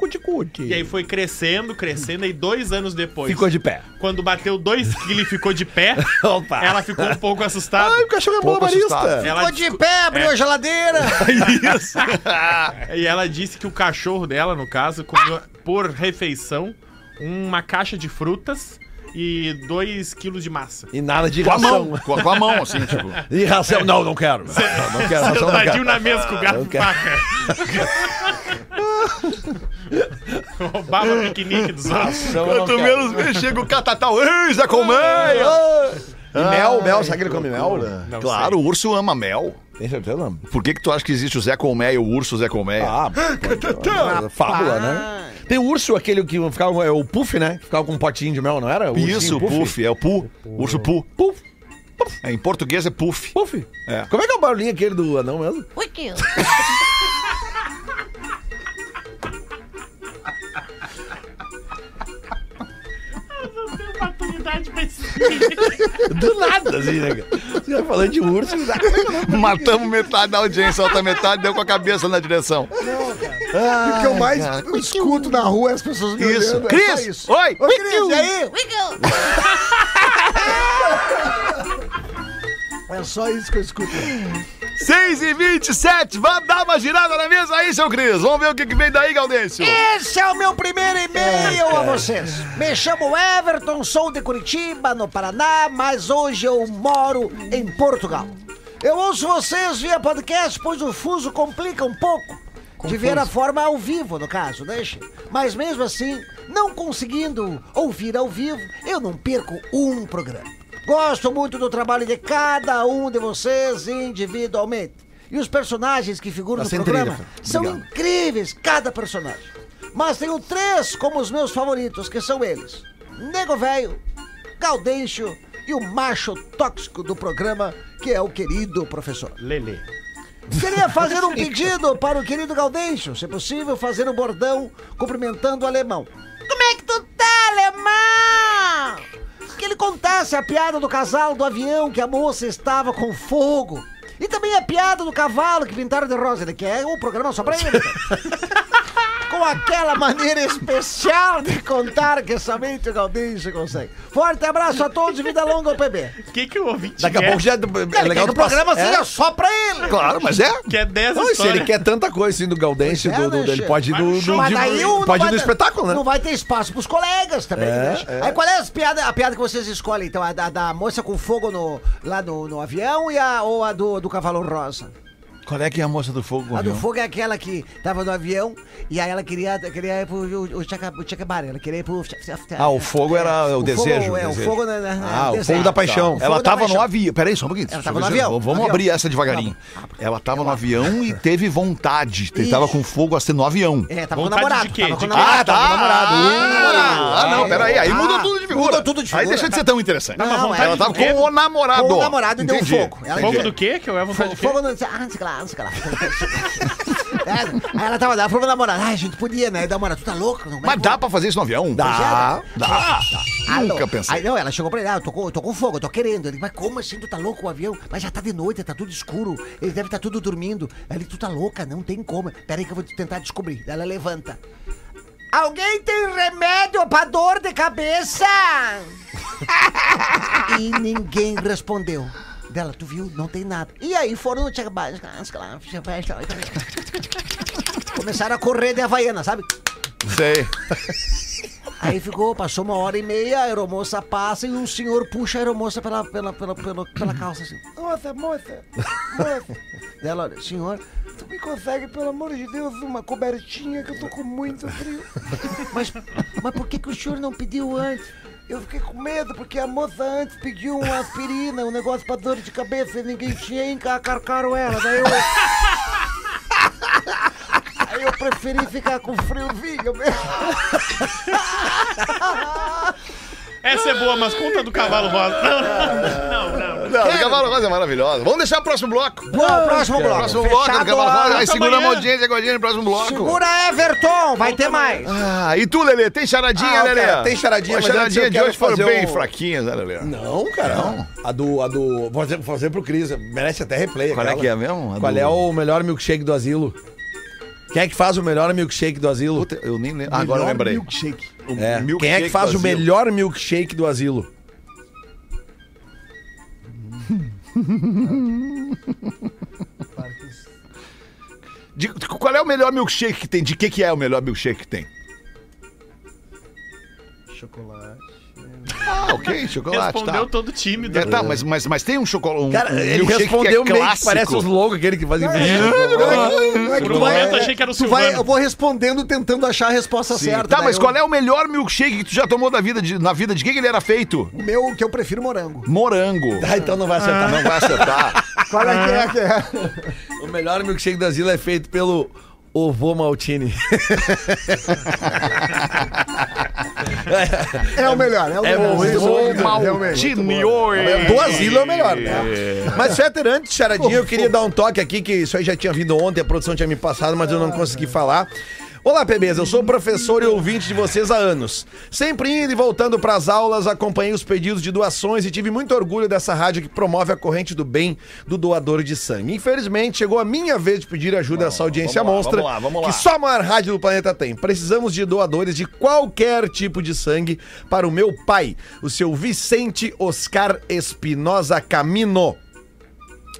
E aí foi crescendo, crescendo, e dois anos depois,
Ficou de pé.
quando bateu 2 quilos e ficou de pé,
Opa!
ela ficou um pouco assustada.
Ai, o cachorro é
Pouco assustado.
malabarista.
ela
Ficou de
discu-
pé, abriu a geladeira!
E ela disse que o cachorro dela, no caso, comeu por refeição uma caixa de frutas e 2 quilos de massa.
E nada de
Com a
ração.
mão, com a, com a mão, assim, tipo.
E ração, não, não quero. Não, não quero ração, não
Sentadinho
quero.
tá um na mesa com o gato
Eu
e
quero.
faca. Roubava o piquenique dos outros.
Ração, eu não
Quanto
quero.
menos vê, chega o catatau. Ei, Zé Colmeia! Ah.
E mel, mel, sabe que ele come mel?
Não
Claro, o urso ama mel.
Tem certeza?
Por que que tu acha que existe o Zé Colmeia e o urso Zé Colmeia?
Ah, pô, fábula, né? Tem o urso, aquele que ficava, é o Puff, né? Que ficava com um potinho de mel, não era? O
Isso,
ursinho
puff. é o pu, urso pu.
Puff,
É, em português é puff.
puff.
É.
Como é que é o barulhinho aquele do anão mesmo?
Ui, que-
tarde pra esse vídeo.
Do nada, assim, né? cara? Você vai falando de urso. né?
Matamos metade da audiência, a outra metade deu com a cabeça na direção.
o
Ah,
que eu mais escuto na rua é as pessoas me
Isso.
olhando. É só
Cris!
isso.
Oi!
Ô, Cris, e aí? É só isso que eu escuto.
6 e 27 Vamos dar uma girada na mesa aí, seu Cris. Vamos ver o que, que vem daí, Gaudêncio.
Esse é o meu primeiro e-mail a vocês. Me chamo Everton, sou de Curitiba, no Paraná, mas hoje eu moro em Portugal. Eu ouço vocês via podcast, pois o fuso complica um pouco. De ver a forma ao vivo, no caso, né, Che? Mas mesmo assim, não conseguindo ouvir ao vivo, eu não perco um programa. Gosto muito do trabalho de cada um de vocês individualmente. E os personagens que figuram no
Tá sem trilha,
programa
Fran.
são
Obrigado.
incríveis, cada personagem. Mas tenho três como os meus favoritos, que são eles: Nego Velho, Gaudêncio e o macho tóxico do programa, que é o querido professor.
Lele.
Queria fazer um pedido para o querido Gaudêncio, se possível, fazer um bordão cumprimentando o alemão. Como é que tu tá, alemão? Que ele contasse a piada do casal do avião que a moça estava com fogo. E também a piada do cavalo que pintaram de rosa, né, que é o programa só pra ele. com aquela maneira especial de contar que somente o Gaudêncio consegue. Forte abraço a todos e vida longa ao PB.
O que, que o ouvinte
Daqui a
quer?
pouco já é, é
Ele
legal
quer que o
tu
um
passar-
programa seja
é.
um só pra ele.
Claro, mas é.
Quer 10
Não, e se
histórias.
ele quer tanta coisa assim do Gaudêncio,
Pois
do,
é,
do-
né,
ele
Che?
pode ir
Vai
do,
no
do,
show.
de-
Mas daí o-
pode ir
vai
do
ter-
espetáculo,
Não
né?
vai ter espaço pros colegas também.
É,
né?
é.
Aí qual é as piada, a piada que vocês escolhem? Então, a da, da moça com fogo no, lá no, no avião e a, ou a do, do cavalo rosa?
Qual é que é a moça do fogo
A do fogo é aquela que tava no avião e aí ela queria, queria ir pro o, o, tchaca- o tchacabaré, ela queria ir pro...
Ah, o fogo era o desejo,
Fogo, é,
o
o
desejo.
fogo... na- na- na-
Ah, o
desejo.
fogo da paixão.
Tá.
Ela
Fogo da
tava no
paixão.
avião. Peraí, só um pouquinho.
Ela
deixa eu
tava no
ver se-
avião,
Vamos
no avião.
abrir essa devagarinho. Ela tava no avião e teve vontade. Ele tava com fogo assim no avião.
É, tava com o
Vontade de
namorado.
quê?
Tava
De
com o
quê?
namorado.
tá.
namorado.
Ah, não, peraí. Aí
Ah,
muda tudo de figura.
muda tudo de
Aí
figura.
deixa de ser tão interessante.
Não,
Ah,
é,
vontade
Ela
de
tá
tava
quê?
com o namorado.
Com o namorado e deu
Entendi.
fogo. Ela
Fogo
queria-
do quê? Que eu é vontade de quê?
Fogo no. Ah, não sei lá, não sei lá. É, Aí ela tava lá, falou pra namorada. Ai, gente, podia, né? Da namorada, tu tá louco? Não,
Mas dá pra fazer isso no avião? Dá. Dá.
Alô.
Nunca pensei.
Aí não, ela chegou pra ele, ah, eu tô com, eu tô com fogo, eu tô querendo. Ele, mas como assim, tu tá louco o avião? Mas já tá de noite, tá tudo escuro, ele deve estar tá tudo dormindo. Aí ele, tu tá louca, não tem como. Pera aí que eu vou tentar descobrir. Ela levanta. Alguém tem remédio pra dor de cabeça? e ninguém respondeu. Dela, tu viu? Não tem nada. E aí foram no Tchacabá. Começaram a correr de Havaiana, sabe?
Sei.
Aí ficou, passou uma hora e meia, a aeromoça passa e um senhor puxa a aeromoça pela, pela, pela, pela, pela calça assim. Moça, moça, moça. Ela olha, senhor, tu me consegue, pelo amor de Deus, uma cobertinha que eu tô com muito frio. mas, mas por que, que o senhor não pediu antes? Eu fiquei com medo porque a moça antes pediu uma aspirina, um negócio pra dor de cabeça e ninguém tinha e encarcaram ela. Daí eu. Aí eu preferi ficar com friozinho mesmo.
Essa é boa, mas conta do cavalo rosa. Não, não, não.
Não, o Cavalo Rosa é maravilhosa. Vamos deixar o próximo bloco.
Bom, próximo bloco.
Próximo bloco do
Fechado,
Cavalo Rosa. Aí
até
seguramos a
amanhã.
audiência agora no próximo bloco.
Segura Everton, vai ter mais.
Ah, e tu, Lelê, tem charadinha, né,
Ah,
Lelê?
cara, tem charadinha,
As
mas antes
charadinhas
eu
de
quero
hoje foram
fazer
bem
um-
fraquinhas, né, Lelê?
Não, cara. A do. A do vou, fazer, vou fazer pro Cris. Merece até replay.
Qual é
aquela.
que é mesmo? A
Qual
do-
é o melhor milkshake do asilo? Quem é que faz o melhor milkshake do asilo?
Puta, eu nem lembro. Ah, agora eu
Melhor
lembrei.
milkshake.
O
É.
milkshake
Quem é que faz
do
o
asilo.
melhor milkshake do asilo?
De- de- qual é o melhor milkshake que tem? De que, que é o melhor milkshake que tem?
Chocolate.
Ah, ok, chocolate,
Respondeu
tá.
todo tímido.
É, tá, mas, mas, mas tem um chocolate. Um,
Cara,
um
ele
milkshake
respondeu
que é
meio que
clássico. É.
parece os loucos, aquele que faz.
Não é que
Por
tu
um
vai-
momento achei que era o
tu vai-
Silvano.
Eu vou respondendo, tentando achar a resposta certa.
né?
Tá,
daí
mas
eu-
qual é o melhor milkshake que tu já tomou da vida de- na vida? De que, que ele era feito?
O meu, que eu prefiro morango.
Morango.
Ah, então não vai acertar,
Não vai acertar.
Qual é que é que é?
não. O melhor milkshake do asilo é feito pelo Ovo Maltini.
É o melhor, é o
É
melhor.
muito
Vocês
bom,
são muito bons, é o melhor.
Maltinho.
Do asilo é o melhor, né? Mas, Fetter, antes, charadinha, eu queria dar um toque aqui, que isso aí já tinha vindo ontem, a produção tinha me passado, mas eu não consegui falar. Olá, bebês. Eu sou professor e ouvinte de vocês há anos. Sempre indo e voltando para as aulas, acompanhei os pedidos de doações e tive muito orgulho dessa rádio que promove a corrente do bem do doador de sangue. Infelizmente, chegou a minha vez de pedir ajuda a essa audiência
vamos lá,
monstra
vamos lá, vamos lá.
que só a maior rádio do planeta tem. Precisamos de doadores de qualquer tipo de sangue para o meu pai, o seu Vicente Oscar Espinosa Camino.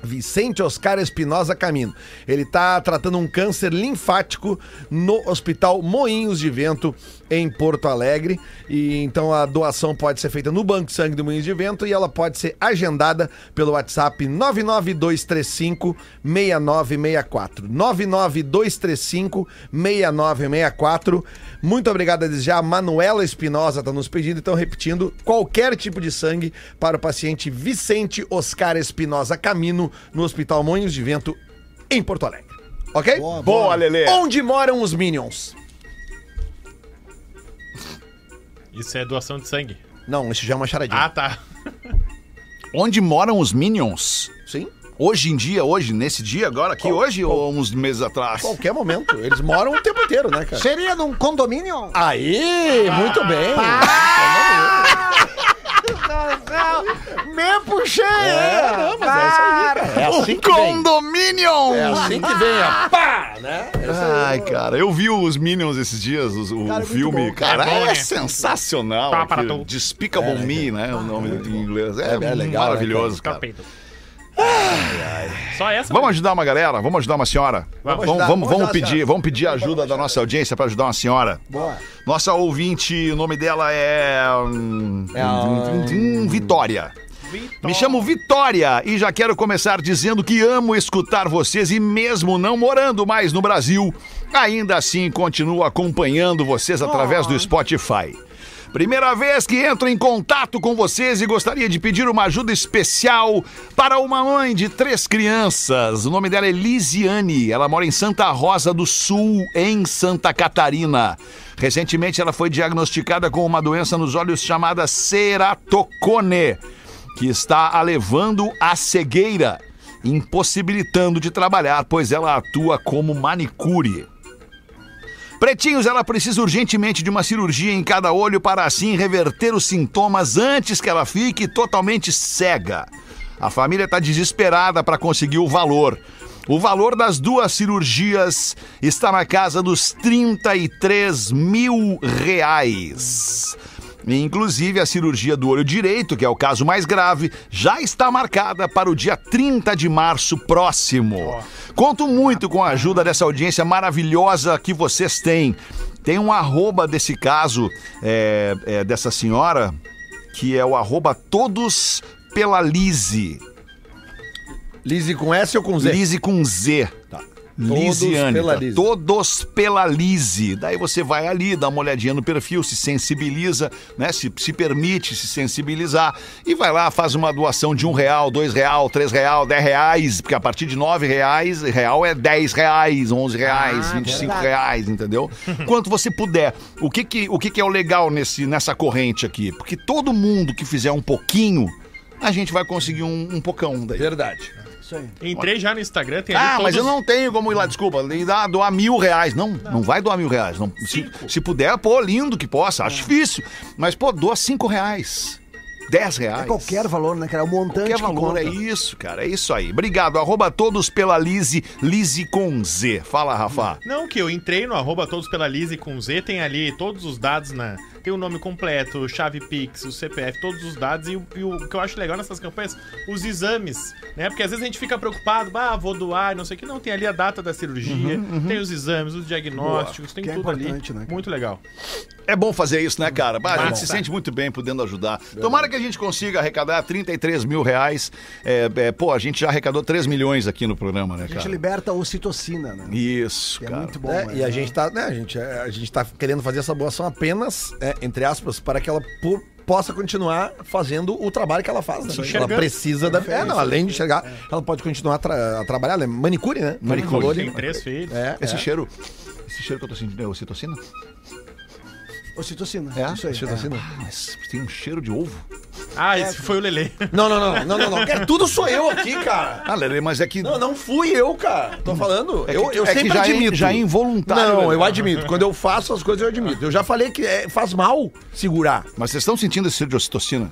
Vicente Oscar Espinosa Camino. Ele está tratando um câncer linfático no Hospital Moinhos de Vento, em Porto Alegre. E então a doação pode ser feita no Banco de Sangue do Moinhos de Vento e ela pode ser agendada pelo WhatsApp 99235 6964. 99235 6964. Muito obrigado a já. A Manuela Espinosa está nos pedindo, então repetindo, qualquer tipo de sangue para o paciente Vicente Oscar Espinosa Camino, no Hospital Moinhos de Vento, em Porto Alegre. Ok?
Boa, Lelê.
Onde moram os Minions?
Isso é doação de sangue.
Não, isso já é uma charadinha.
Ah, tá.
Onde moram os Minions?
Sim?
Hoje em dia, hoje, nesse dia agora, aqui hoje ou uns meses atrás?
Qualquer momento. Eles moram o tempo inteiro, né, cara?
Seria num condomínio?
Aí, muito bem. Ah!
Me puxei!
É, não, mas é isso aí, cara. É assim que vem.
Um Condominion!
É assim que vem, ó. Pá, né?
Ai, cara, eu vi os Minions esses dias, os- o,
Cara, é muito
filme.
bom.
Cara,
É bom,
é,
né?
sensacional.
Pá, para
aquilo.
tu.
Despicable Me, né? O nome em inglês. É,
É legal,
maravilhoso, cara.
Capeta. Só essa?
Vamos ajudar uma galera, vamos ajudar uma senhora. Vamos,
ajudar,
vamos, vamos,
vamos ajudar,
pedir,
senhora.
vamos pedir a ajuda da nossa audiência para ajudar uma senhora.
Boa.
Nossa ouvinte, o nome dela é. hum,
É a-
hum, hum, Vitória. Me chamo Vitória e já quero começar dizendo que amo escutar vocês e mesmo não morando mais no Brasil, ainda assim continuo acompanhando vocês através do Spotify. Primeira vez que entro em contato com vocês e gostaria de pedir uma ajuda especial para uma mãe de três crianças. O nome dela é Lisiane. Ela mora em Santa Rosa do Sul, em Santa Catarina. Recentemente ela foi diagnosticada com uma doença nos olhos chamada ceratocone que está a levando à cegueira, impossibilitando de trabalhar, pois ela atua como manicure. Pretinhos, ela precisa urgentemente de uma cirurgia em cada olho para assim reverter os sintomas antes que ela fique totalmente cega. A família está desesperada para conseguir o valor. O valor das duas cirurgias está na casa dos 33 mil reais. Inclusive, a cirurgia do olho direito, que é o caso mais grave, já está marcada para o dia 30 de março próximo. Conto muito com a ajuda dessa audiência maravilhosa que vocês têm. Tem um arroba desse caso, é, é, dessa senhora, que é o arroba todos pela Lise.
Lise com S ou com Z? Tá.
Lise com Z. Lisiane.
pela
tá?
Lise.
Todos pela Lise. Daí você vai ali, dá uma olhadinha no perfil, se sensibiliza, né? Se, se permite se sensibilizar e vai lá, faz uma doação de um real, dois real, três real, dez reais, porque a partir de nove reais, real é dez reais, onze reais, vinte e cinco reais, entendeu? Quanto você puder. O que que, o que que é o legal nesse, nessa corrente aqui? Porque todo mundo que fizer um pouquinho, a gente vai conseguir um, um pocão daí.
Verdade.
Entrei já no Instagram, tem ali
Ah, mas eu
todos- Hum.
não tenho como ir lá, desculpa. E dar- doar mil reais. Não, não, vai doar mil reais. Não. Se,
Cinco. É.
se puder, pô, lindo que possa. Acho difícil. Mas, pô, doa cinco reais. Dez reais.
É qualquer valor, né, cara? É o montante
Qualquer
que
valor,
conta.
é isso, cara. É isso aí. Obrigado. Arroba todos pela Lise, Lise com Z. Fala, Rafa.
Não, que eu entrei no arroba todos pela Lise com Z, tem ali todos os dados na. Tem o nome completo, chave Pix, o CPF, todos os dados. E, o, e o que eu acho legal nessas campanhas, os exames, né? Porque às vezes a gente fica preocupado, ah, vou doar, não sei o que. Não, tem ali a data da cirurgia, tem os exames, os diagnósticos, tem
Que é
tudo ali.
importante, né, cara?
Muito legal.
É bom fazer isso, né, cara? Bah, a gente
bom.
se sente muito bem podendo ajudar. Tomara que a gente consiga arrecadar 33 mil reais. É, é, pô, a gente já arrecadou 3 milhões aqui no programa, né,
A gente
cara?
liberta a ocitocina, né?
Isso,
Que é
cara.
muito bom.
É,
né?
e a gente tá, né, a gente, é, a gente tá querendo fazer essa doação apenas, é, entre aspas, para que ela po- possa continuar fazendo o trabalho que ela faz. Né? Ela
enxergando.
precisa da. É, não, além de enxergar, ela pode continuar a, tra- a trabalhar. Ela é manicure, né?
Manicure.
Falou ali,
Tem
né?
três filhos.
É,
Esse
é.
cheiro. Esse cheiro que eu tô sentindo é ocitocina?
Ocitocina.
É?
Isso aí.
Ocitocina.
Ah, mas tem um cheiro de ovo.
Ah, esse foi o Lelê.
Não, não, não, não, não, não. É, tudo sou eu aqui, cara.
Ah, Lelê, mas é que.
Não, não fui eu, cara. Tô falando.
É que-
eu eu
é que
sempre
já é-
admito.
já é involuntário,
Não,
né?
eu admito. Quando eu faço as coisas, eu admito. Eu já falei que é- faz mal segurar.
Mas vocês estão sentindo esse cheiro de ocitocina?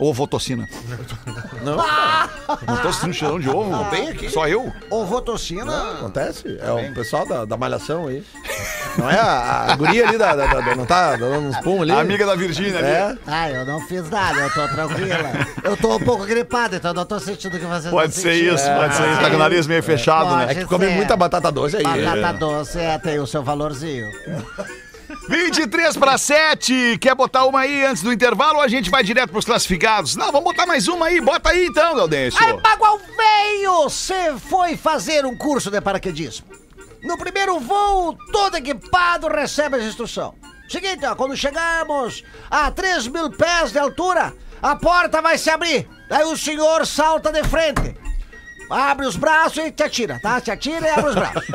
Ovotocina.
Não,
Não tô sentindo cheirão de ovo?
bem aqui.
Só eu?
É.
Ovotocina.
acontece. É o pessoal da, da malhação aí. Não é a, a guria ali da, da- da- Não tá dando uns pum ali?
A amiga da Virgínia ali.
É.
Ah, eu não fiz nada, eu tô tranquila. Eu tô um pouco gripada, então não tô sentindo o que vocês
Pode
estão
ser
sentindo.
isso, pode ser isso. Tá com o nariz meio fechado,
Pode
né?
É que come
ser.
muita batata doce aí.
Batata doce é, tem o seu valorzinho.
23 para 7. Quer botar uma aí antes do intervalo ou a gente vai direto pros classificados? Não, vamos botar mais uma aí. Bota aí então, Gaudêncio.
Aí, Bagual veio! Você foi fazer um curso de paraquedismo. No primeiro voo, todo equipado recebe as instrução. Seguinte, ó, quando chegarmos a 3 mil pés de altura, a porta vai se abrir. Aí o senhor salta de frente. Abre os braços e te atira, tá? Te atira e abre os braços.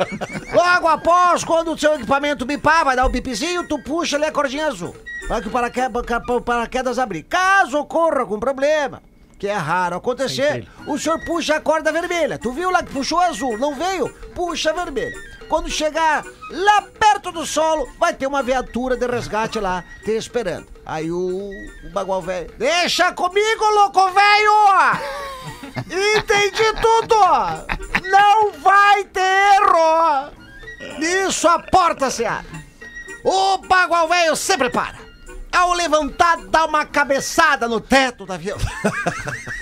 Logo após, quando o seu equipamento bipar, vai dar o bipizinho, tu puxa ali a cordinha azul. Para que o paraque- para- para- o paraquedas abrir. Caso ocorra algum problema, que é raro acontecer, o senhor puxa a corda vermelha. Tu viu lá que puxou a azul, não veio? Puxa a vermelha. Quando chegar lá perto do solo, vai ter uma viatura de resgate lá te esperando. Aí o, o bagual velho. Deixa comigo, louco velho! Entendi tudo! Não vai ter erro! Nisso a porta se abre. O bagual velho se prepara. Ao levantar, dá uma cabeçada no teto da avião.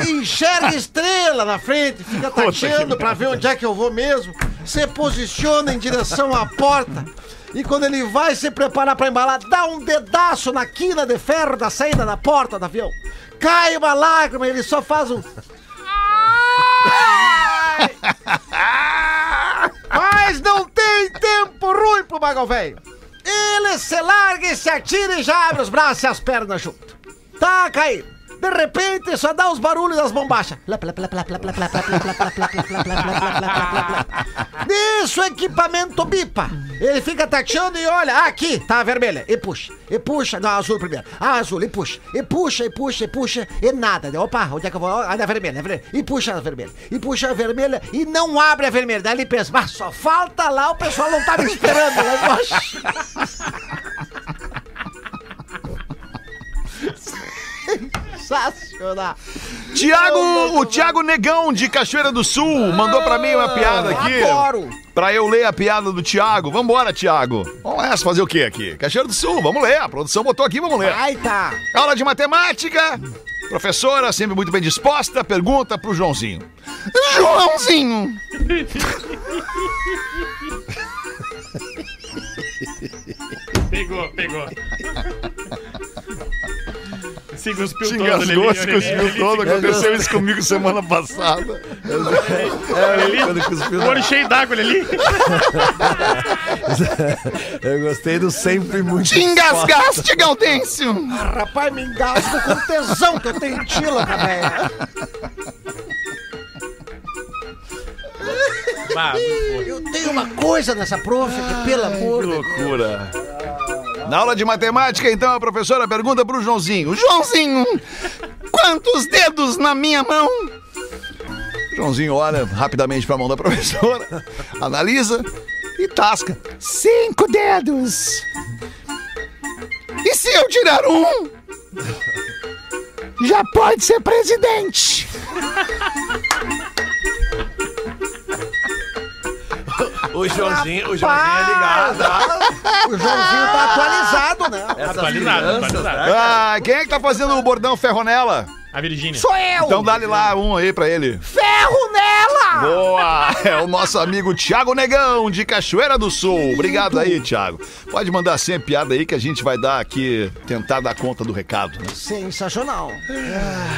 Enxerga estrela na frente, fica tateando pra ver onde é que eu vou mesmo. Se posiciona em direção à porta. E quando ele vai se preparar pra embalar, dá um dedaço na quina de ferro da saída da porta do avião. Cai uma lágrima, ele só faz um. Ai! Mas não tem tempo ruim pro Magal Velho. Ele se larga e se atira e já abre os braços e as pernas junto. Tá caindo. De repente só dá os barulhos das bombachas. Nisso o equipamento bipa. Ele fica tateando e olha, aqui, tá a vermelha. E puxa, e puxa. Não, a azul primeiro. Ah, azul, e puxa. E puxa, e puxa, e puxa. E nada. Opa, onde é que eu vou? Ah, na vermelha, na vermelha. E puxa a vermelha. E puxa a vermelha e não abre a vermelha. Daí ele pensa, mas só falta lá, o pessoal não tá me esperando lá embaixo. Sensacional.
Tiago, o Tiago Negão de Cachoeira do Sul mandou pra mim uma piada
Ah,
aqui.
Adoro.
Pra eu ler a piada do Tiago. Vambora, Tiago. Vamos essa, fazer o quê aqui? Cachoeira do Sul, vamos ler. A produção botou aqui, vamos ler.
Ai, tá.
Aula de matemática. Professora, sempre muito bem disposta, pergunta pro Joãozinho. Joãozinho!
Pegou, pegou. Se cuspiu
Se
todo, Lelê,
engasgou, se
Lelê,
cuspiu
Lelê,
todo. Aconteceu isso comigo semana passada.
É,
Lelê. O olho cheio d'água, Lelê.
Eu gostei do sempre muito.
Te engasgaste, Gaudêncio!
Rapaz, me engasgo com tesão que eu tenho tila, velho.
Bah,
Eu tenho uma coisa nessa prof que, pelo amor de Deus.
Loucura. Na aula de matemática, então, a professora pergunta pro Joãozinho: Joãozinho, quantos dedos na minha mão? Joãozinho olha rapidamente pra mão da professora, analisa e tasca: Cinco dedos. E se eu tirar um? Já pode ser presidente.
O Joãozinho, o Joãozinho é ligado.
O Joãozinho tá atualizado, né?
atualizado, atualizado.
Ah, quem é que tá fazendo o bordão ferronela?
A Virgínia.
Sou eu!
Então dá-lhe lá um aí pra ele.
Ferro nela!
Boa! É o nosso amigo Thiago Negão, de Cachoeira do Sul. Obrigado aí, Thiago. Pode mandar sempre piada aí que a gente vai dar aqui, tentar dar conta do recado. né?
É Sensacional.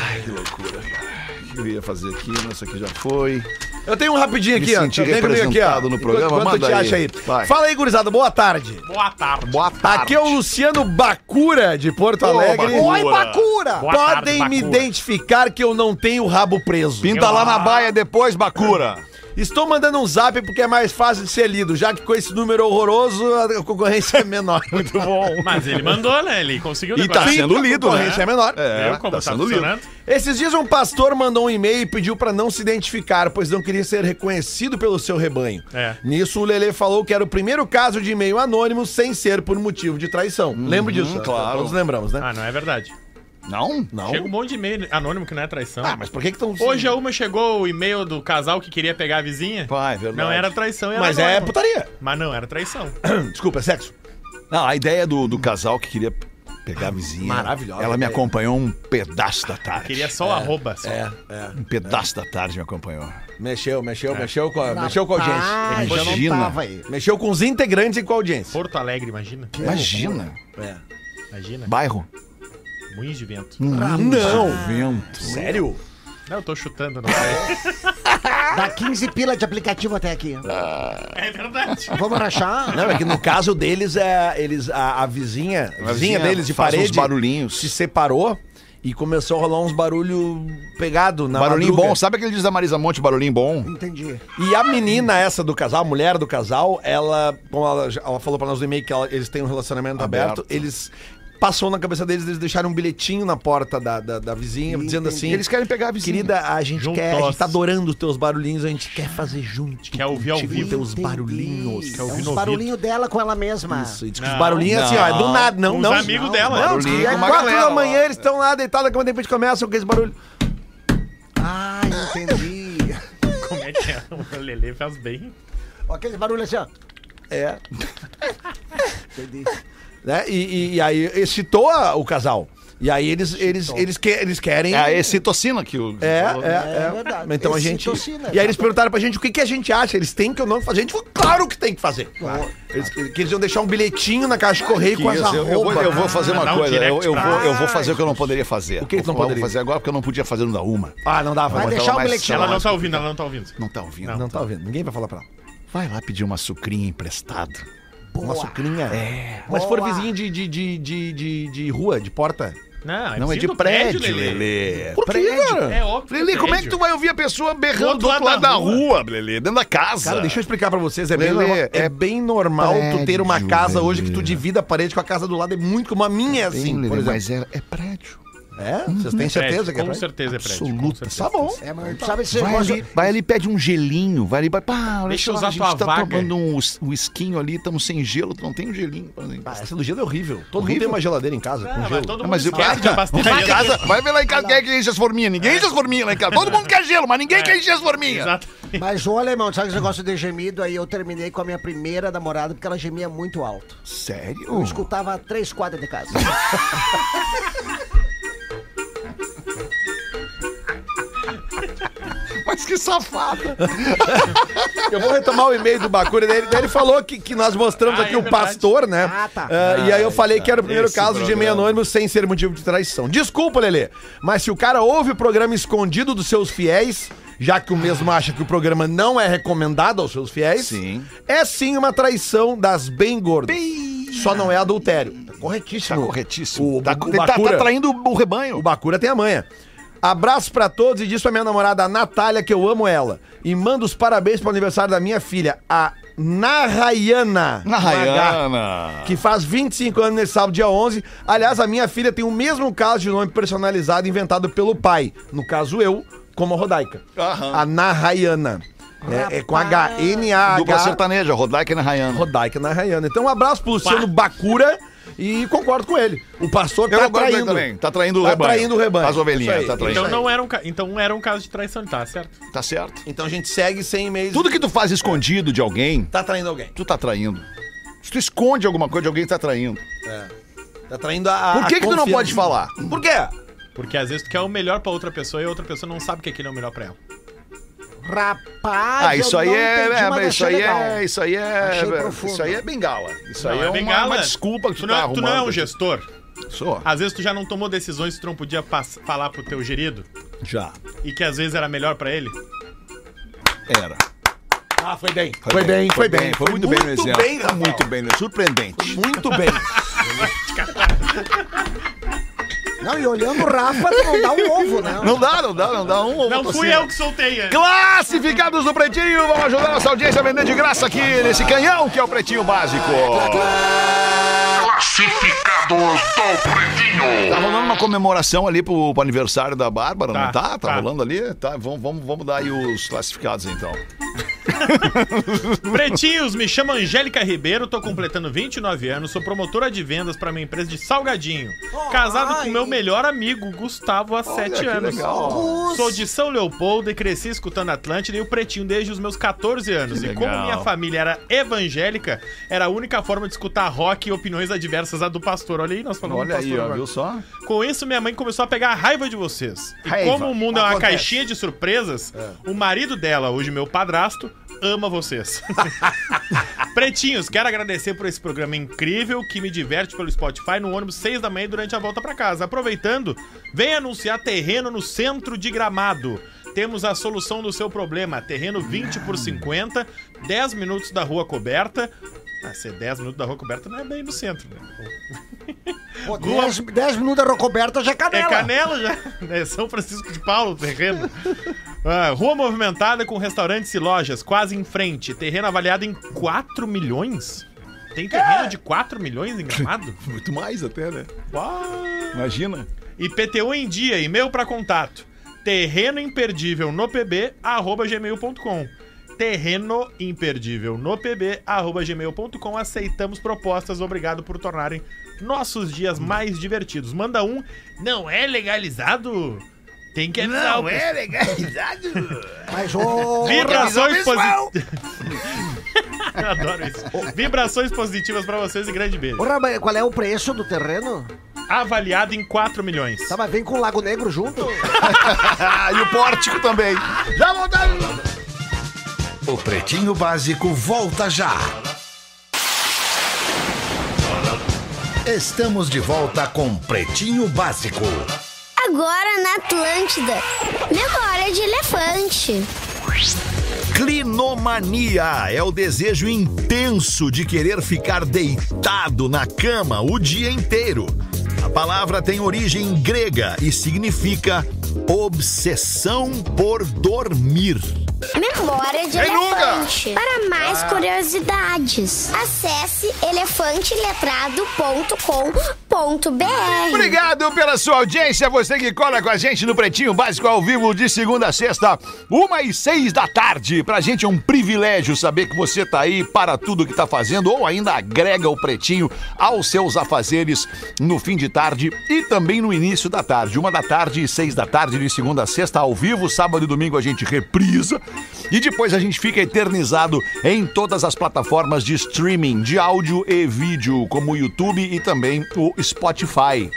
O que eu ia fazer aqui? Isso aqui já foi.
Eu tenho um rapidinho
Me
aqui, ó.
senti
Eu tenho comigo
representado no programa,
Enquanto, enquanto
manda
te
aí.
acha aí.
Vai.
Fala aí, gurizada. Boa tarde.
Boa tarde.
Boa tarde.
Aqui é o Luciano Bacura, de Porto Alegre.
Bacura.
Oi, Bacura!
Boa tarde,
Podem me
Bacura.
identificar que eu não tenho rabo preso.
Pinta lá na baia depois, Bacura.
Estou mandando um zap porque é mais fácil de ser lido, já que com esse número horroroso a concorrência é menor. Muito
Tá
bom.
Mas ele mandou, né? Ele conseguiu
E tá
negociar.
sendo lido,
A
né?
concorrência é menor.
É,
Viu como
tá
tá,
sendo lido.
funcionando?
Esses dias um pastor mandou um e-mail e pediu pra não se identificar, pois não queria ser reconhecido pelo seu rebanho.
É.
Nisso o Lelê falou que era o primeiro caso de e-mail anônimo sem ser por motivo de traição. Lembro disso,
claro.
Todos lembramos, né?
Ah, não é verdade.
Então. Não? Não.
Chega um monte de e-mail anônimo que não é traição.
Ah, mas por que que estão
Hoje a uma chegou o e-mail do casal que queria pegar a vizinha.
Pá, é verdade.
Não era traição, era
Mas é
anônimo.
putaria.
Mas não, era traição.
Desculpa, é sexo.
Não, a ideia do, do casal que queria pegar a vizinha.
Maravilhosa
Ela me
ideia.
acompanhou um pedaço da tarde.
Queria só o arroba. Só.
É, é.
Um pedaço da tarde me acompanhou.
Mexeu,
É.
mexeu, mexeu com a, mexeu com a
Ah,
audiência.
Imagina.
já não tava aí.
Mexeu com os integrantes e com a audiência.
Porto Alegre, imagina.
Imagina.
Imagina.
Bairro.
Moinhos de vento.
Não. Vento.
Sério?
Não, eu tô chutando, não sei.
Dá 15 pila de aplicativo até aqui.
é verdade.
Vamos rachar?
Não, é que no caso deles, é, eles, a, a vizinha, a vizinha deles de
faz uns
parede
barulhinhos.
se separou e começou a rolar uns barulho pegado na
barulhinho
madruga.
bom. Sabe aquele diz da Marisa Monte, barulhinho bom?
Entendi.
E a menina essa do casal, a mulher do casal, ela, como ela, já- ela falou pra nós no e-mail que ela- eles têm um relacionamento aberto,
Aberto.
eles passou na cabeça deles, eles deixaram um bilhetinho na porta da, da, da vizinha, dizendo assim...
Eles querem pegar a vizinha.
Querida, a gente
Juntos.
quer, a gente tá adorando os teus barulhinhos, a gente quer fazer junto.
Quer ouvir ao
contigo,
vivo.
teus
Entendi.
barulhinhos.
É
ouvi
uns
no
barulhinhos dela com ela mesma.
Isso, e diz que os
Não.
barulhinhos assim, ó, é do nada, não,
Os
não.
amigos dela.
Não,
Barulhinho
diz que é
com uma
quatro
galera,
da manhã, eles estão lá deitados, daqui a pouco depois começam com esse barulho.
Ah, entendi.
Como é que é? O Lelê faz bem.
Ó, Aquele barulho assim, ó.
É.
Entendi.
Né? E, e- e aí excitou a- o casal. E aí eles, eles, eles, que- eles querem.
É a excitocina que o.
É,
falou. né?
é, é.
É verdade.
Então a gente.
Excitocina,
e aí eles perguntaram pra gente o que, que a gente acha. Eles têm que ou não fazer? A gente falou, claro que tem que fazer. Eles, que eles iam deixar um bilhetinho na caixa de correio
Que
com
isso,
essa
eu,
roupa.
eu vou, eu vou fazer uma
Mandar um
coisa. eu,
direct
eu
pra-
vou, eu vou fazer o que eu não poderia fazer. O
que que tu não poderia?
fazer agora porque eu não podia fazer no da uma.
Ah, não dá,
Vai
vai.
deixar o
mais
bilhetinho.
Ela
lá.
não tá ouvindo, ela não tá ouvindo.
Não tá ouvindo?
Não tá ouvindo. Ninguém vai falar pra ela.
Vai lá pedir uma sucrinha emprestada.
Uma sucrinha. É. Mas se for
Boa.
vizinho de, de, de, de, de, de rua, de porta.
Não,
Não é
vizinho
de
do
prédio,
Lelê.
Lelê.
Por que, cara?
É óbvio.
Lelê,
é
como é que
prédio.
tu vai ouvir a pessoa berrando do outro lado da rua, Lelê? Dentro da casa.
Cara, deixa eu explicar pra vocês. É bem,
Lelê,
normal, é
é
bem normal tu ter uma
prédio,
casa hoje que
Lelê.
tu divida a parede com a casa do lado. É muito como a minha é assim,
Sim,
por
Lelê,
exemplo.
mas é, é prédio.
É? Vocês têm certeza
Prédio,
que é
Com
prédio?
certeza é prédio. com
Absoluta.
certeza.
Tá bom.
É, mas tu sabe se
Vai
você-
ali, vai ali, pede um gelinho, vai ali, vai, pá, olha
Deixa eu
só,
usar
a gente
tua
tá
vaga.
tomando um, us- um esquinho ali, estamos sem gelo, tu não tem um gelinho. pra nem-
Ah, essa do gelo é horrível. Todo mundo
Horrível?
tem uma geladeira em casa com
Ah, mas
gelo.
todo mundo
Ah, mas eu,
esquece de abastecer.
vai em casa, vai ver lá em casa quem é que enche as forminhas. Ninguém enche as forminhas lá em casa. Todo mundo quer gelo, mas ninguém quer encher as forminhas.
É. Exato.
Mas olha, irmão, sabe esse negócio de gemido? Aí eu terminei com a minha primeira namorada porque ela gemia muito alto. Eu
Sério?
escutava a três quadras de casa.
Mas que safada.
Eu vou retomar o e-mail do Bacura. Daí ele, daí ele falou que, que nós mostramos
Ah,
aqui
é
o
verdade.
pastor, né?
Ah, tá.
Ah, e aí eu falei que era o primeiro
Esse
caso de e-mail
programa.
anônimo sem ser motivo de traição. Desculpa, Lelê, mas se o cara ouve o programa escondido dos seus fiéis, já que o mesmo acha que o programa não é recomendado aos seus fiéis,
Sim.
é sim uma traição das bem gordas. Só não é adultério.
Corretíssimo. Tá corretíssimo.
O-
tá,
o
ele tá-
Bacura-
tá traindo o rebanho.
O Bacura tem a manha. Abraço pra todos e diz pra minha namorada a Natália que eu amo ela. E mando os parabéns pro aniversário da minha filha, a Narayana.
Na
Com H,
Rayana.
Que faz 25 anos nesse sábado, dia 11. Aliás, a minha filha tem o mesmo caso de nome personalizado inventado pelo pai. No caso, eu, como a Rodaica.
Aham.
A Narayana. É, é com H.
Dupla
N-A-H.
sertaneja, Rodaica e na Rayana.
Rodaica Narayana. Então, um abraço pro Luciano Bacura e concordo com ele. O pastor
Eu
tá
concordo com ele
traindo.
também. Tá traindo o
Tá
rebanho.
traindo o rebanho.
As ovelhinhas,
Isso aí.
tá traindo.
Então não era um ca- então era um caso de traição, tá certo?
Tá certo.
Então a gente segue sem e-mails.
Tudo que tu faz escondido de alguém,
tá traindo alguém.
tu tá traindo. Se tu esconde alguma coisa de alguém, tu tá traindo.
Tá traindo a.
Por que
a
que tu não
confiança.
pode falar?
Por quê?
Porque às vezes tu quer o melhor pra outra pessoa e a outra pessoa não sabe que aquele é o melhor pra ela.
Rapaz,
Ah, isso
eu
aí
não
é,
entendi, mas
é, isso aí
achei legal.
é, isso aí é,
Achei profundo.
isso aí é bengala. Isso aí
Não,
é, uma,
bengala.
uma desculpa que tu,
tu
tá
não,
arrumando.
tu não é um gestor.
Sou.
Às vezes tu já não tomou decisões que tu não podia pass- falar pro teu gerido
Já.
e que às vezes era melhor pra ele.
Era.
Ah, foi bem.
Foi, bem, foi bem, foi muito, bem no exemplo.
bem, Rafael.
muito bem, né? surpreendente.
Muito bem.
Não, Não, e olhando o Rafa, tu não dá um ovo, né?
Não dá, não dá, não dá. Um ovo
Não
pra
fui
cima.
eu que soltei. é.
Classificados do Pretinho, vamos ajudar nossa audiência a vender de graça aqui nesse canhão que é o Pretinho Básico.
Classificados do
Tá
Pretinho.
rolando uma comemoração ali pro, pro aniversário da Bárbara, não
Tá,
tá? Tá,
tá.
rolando ali? Tá, vamos, vamos, vamos dar aí os classificados então.
Pretinhos, me chamo Angélica Ribeiro, tô completando 29 anos, sou promotora de vendas pra minha empresa de salgadinho. Casado com meu melhor amigo, Gustavo, há 7
Oh, que
anos.
legal.
Sou de São Leopoldo e cresci escutando Atlântida e o Pretinho desde os meus 14 anos.
Que
E como
legal.
minha família era evangélica, era a única forma de escutar rock e opiniões adversas à do pastor. Olha aí, nós falamos do
Olha
pastor
aí, ó,
agora.
viu só?
Com isso, minha mãe começou a pegar a raiva de vocês. E
Raiva. É.
como o mundo é uma
Acontece.
caixinha de surpresas, o marido dela, hoje meu padrasto, ama vocês. Pretinhos, quero agradecer por esse programa incrível que me diverte pelo Spotify no ônibus 6 da manhã e durante a volta pra casa. Aproveitando, vem anunciar terreno no centro de Gramado. Temos a solução do seu problema. Terreno 20 por 50, 10 minutos da rua coberta. Ah, ser 10 minutos da rua coberta não é bem no centro, né?
Pô, 10, minutos da Rocoberta já é
É
canela.
Canela já. É São Francisco de Paulo, o terreno. Ah, rua movimentada com restaurantes e lojas quase em frente. Terreno avaliado em 4 milhões? Tem terreno de 4 milhões em Gramado?
Muito mais até, né? Imagina.
IPTU em dia, e-mail para contato. Terreno imperdível no pb, arroba gmail.com. Terreno imperdível no pb, arroba gmail.com. Aceitamos propostas, obrigado por tornarem nossos dias mais divertidos. Manda um, não é legalizado? Tem que avisar. Não é
Mas, ô,
Vibrações positivas. Adoro isso. Vibrações positivas para vocês e grande
ô,
beijo.
Raba, qual é o preço do terreno?
Avaliado em 4 milhões.
Tá, mas vem com o Lago Negro junto.
Ah, e o pórtico também. Já voltamos!
O Pretinho Básico volta já. Estamos de volta com Pretinho Básico.
Agora na Atlântida. Memória de elefante.
Clinomania é o desejo intenso de querer ficar deitado na cama o dia inteiro. A palavra tem origem grega e significa obsessão por dormir.
Memória de
Quem nunca?
elefante. Para mais curiosidades, acesse elefanteletrado.com.br.
Obrigado pela sua audiência, você que cola com a gente no Pretinho Básico ao vivo de segunda a sexta, uma e seis da tarde. Pra gente é um privilégio saber que você tá aí para tudo que tá fazendo ou ainda agrega o Pretinho aos seus afazeres no fim de tarde e também no início da tarde. Uma da tarde e seis da tarde de segunda a sexta ao vivo, sábado e domingo a gente reprisa e depois a gente fica eternizado em todas as plataformas de streaming de áudio e vídeo, como o YouTube e também o Spotify.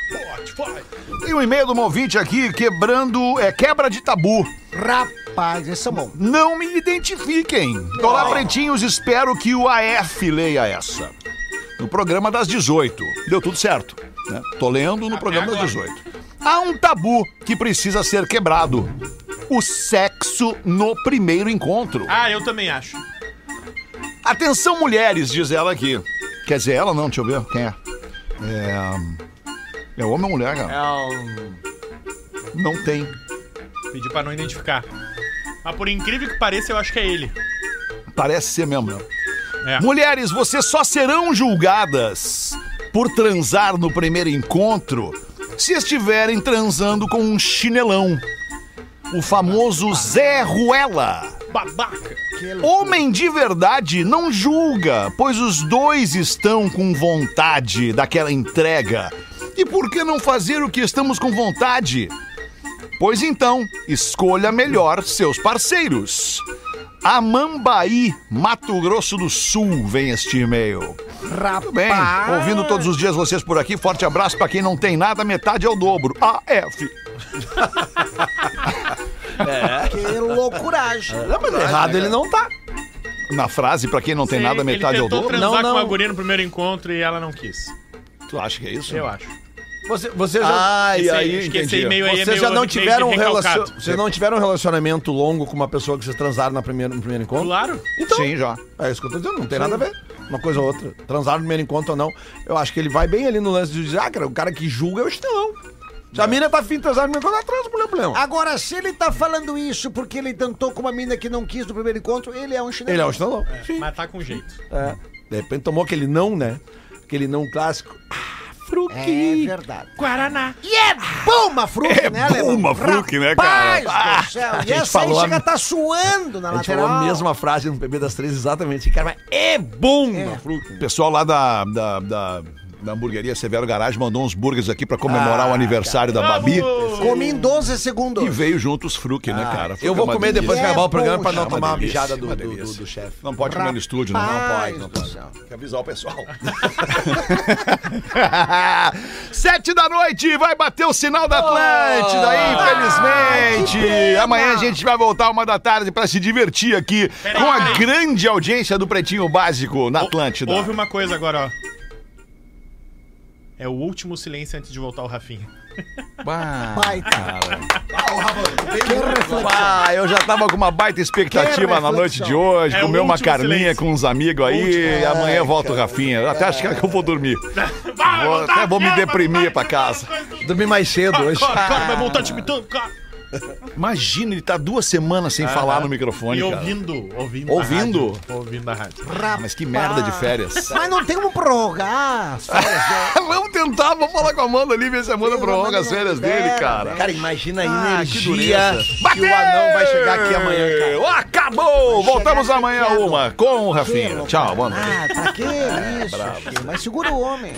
Tem um e-mail do ouvinte aqui quebrando é quebra de tabu.
Rapaz, esse é bom.
Não me identifiquem. Tô lá, pretinhos, espero que o AF leia essa. No programa das 18. Deu tudo certo. Né? Tô lendo no programa das 18. Há um tabu que precisa ser quebrado: o sexo no primeiro encontro.
Ah, eu também acho.
Atenção, mulheres, diz ela aqui. Quer dizer, ela não, deixa eu ver. Quem é? É. É homem ou mulher, cara? Não tem.
Pedi pra não identificar. Mas por incrível que pareça, eu acho que é ele.
Parece ser mesmo. né?
É.
Mulheres, vocês só serão julgadas por transar no primeiro encontro se estiverem transando com um chinelão. O famoso Zé Ruela.
Babaca!
Homem de verdade não julga, pois os dois estão com vontade daquela entrega. E por que não fazer o que estamos com vontade? Pois então, escolha melhor seus parceiros. Amambaí, Mato Grosso do Sul, vem este e-mail. Rapaz. Bem, ouvindo todos os dias vocês por aqui, forte abraço pra quem não tem nada, metade é o dobro. AF.
Que loucuragem.
Não, mas errado ele não tá.
Na frase, pra quem não tem
Sei
nada,
que
metade é
ele
o
tentou
dobro.
transar
Não, não.
com a guria no primeiro encontro e ela não quis.
Tu acha que é isso?
Eu acho.
Você, você já.
Ah, e
Esse
aí,
acho que esse
entendi.
e-mail aí é
Vocês
meio-
já não
meio
tiveram um
recalcado.
relacion... Vocês não tiveram um relacionamento longo com uma pessoa que vocês transaram na primeira, no primeiro encontro?
Claro.
Então,
Sim, já.
é isso que eu tô dizendo, não tem nada a ver. Uma coisa ou outra. Transaram no primeiro encontro ou não. Eu acho que ele vai bem ali no lance de dizer, ah, cara, o cara que julga é o chinelão. Se a mina tá afim de transar, a mina quando ela transa, problema.
Ah,
Agora, se ele tá falando isso porque ele tentou com uma mina que não quis no primeiro encontro, ele é um chinelo.
Ele é um chinelão. Sim.
Mas tá com jeito.
É. De repente tomou aquele não, né? Aquele não clássico. Ah, fruqui.
É verdade.
Guaraná.
E é Puma Fruc,
É
né, Alemão?
Puma Fruc, né,
Rapaz
cara?
do céu.
Ah, a
E
gente
essa aí
falou a-
chega a tá suando na
A gente
lateral.
falou a mesma frase no PB das Três, exatamente. Cara, mas é bom! É.
O pessoal lá da, da, da, da hamburgueria Severo Garage mandou uns burgers aqui pra comemorar
Ah,
o aniversário da Babi.
Comi em 12
E
segundos.
veio junto os fruque, né, cara?
Ah, Eu vou
Fruque é uma
comer depois que
delícia.
acabar o programa
É
pra não
bom,
tomar uma
delícia,
mijada do,
uma
do,
delícia.
do- do chefe.
Não pode comer no estúdio, não. Não pode, não
do
pode.
céu.
Tem que avisar o pessoal. Sete da noite, vai bater o sinal da Atlântida, Ah, infelizmente. Amanhã a gente vai voltar uma da tarde pra se divertir aqui com a grande audiência do Pretinho Básico na Atlântida.
Houve uma coisa agora, ó. É o último silêncio antes de voltar o Rafinha.
Baita.
Ah, eu já tava com uma baita expectativa na noite de hoje,
É
comer
o
uma
último
carninha
silêncio.
com uns amigos aí,
Último.
e amanhã volta o Rafinha. Até acho que eu vou dormir.
Vai,
Vou-
voltar,
até vou me
vai,
deprimir
vai,
pra
vai,
casa.
vai, vai.
Dormi mais cedo
Cara,
hoje.
cara, cara, vai voltar te imitando, cara.
Imagina, ele tá duas semanas sem falar no microfone,
E
cara.
ouvindo, ouvindo.
Ouvindo?
a rádio, ouvindo a rádio.
Ah, mas que merda de férias.
Mas não tem como prorrogar assim, as férias.
vamos tentar, vamos falar com a Amanda ali, ver se a Amanda
Sim,
prorroga
Amanda
as
não
férias
libera,
dele, cara.
Cara, imagina a
Ah, que
energia
dureza.
que o anão vai chegar aqui amanhã, cara.
Acabou! Voltamos
chegar
amanhã
chateado.
uma com o Rafinha.
loucura.
Tchau, boa noite.
Ah, pra que isso? Mas segura o homem.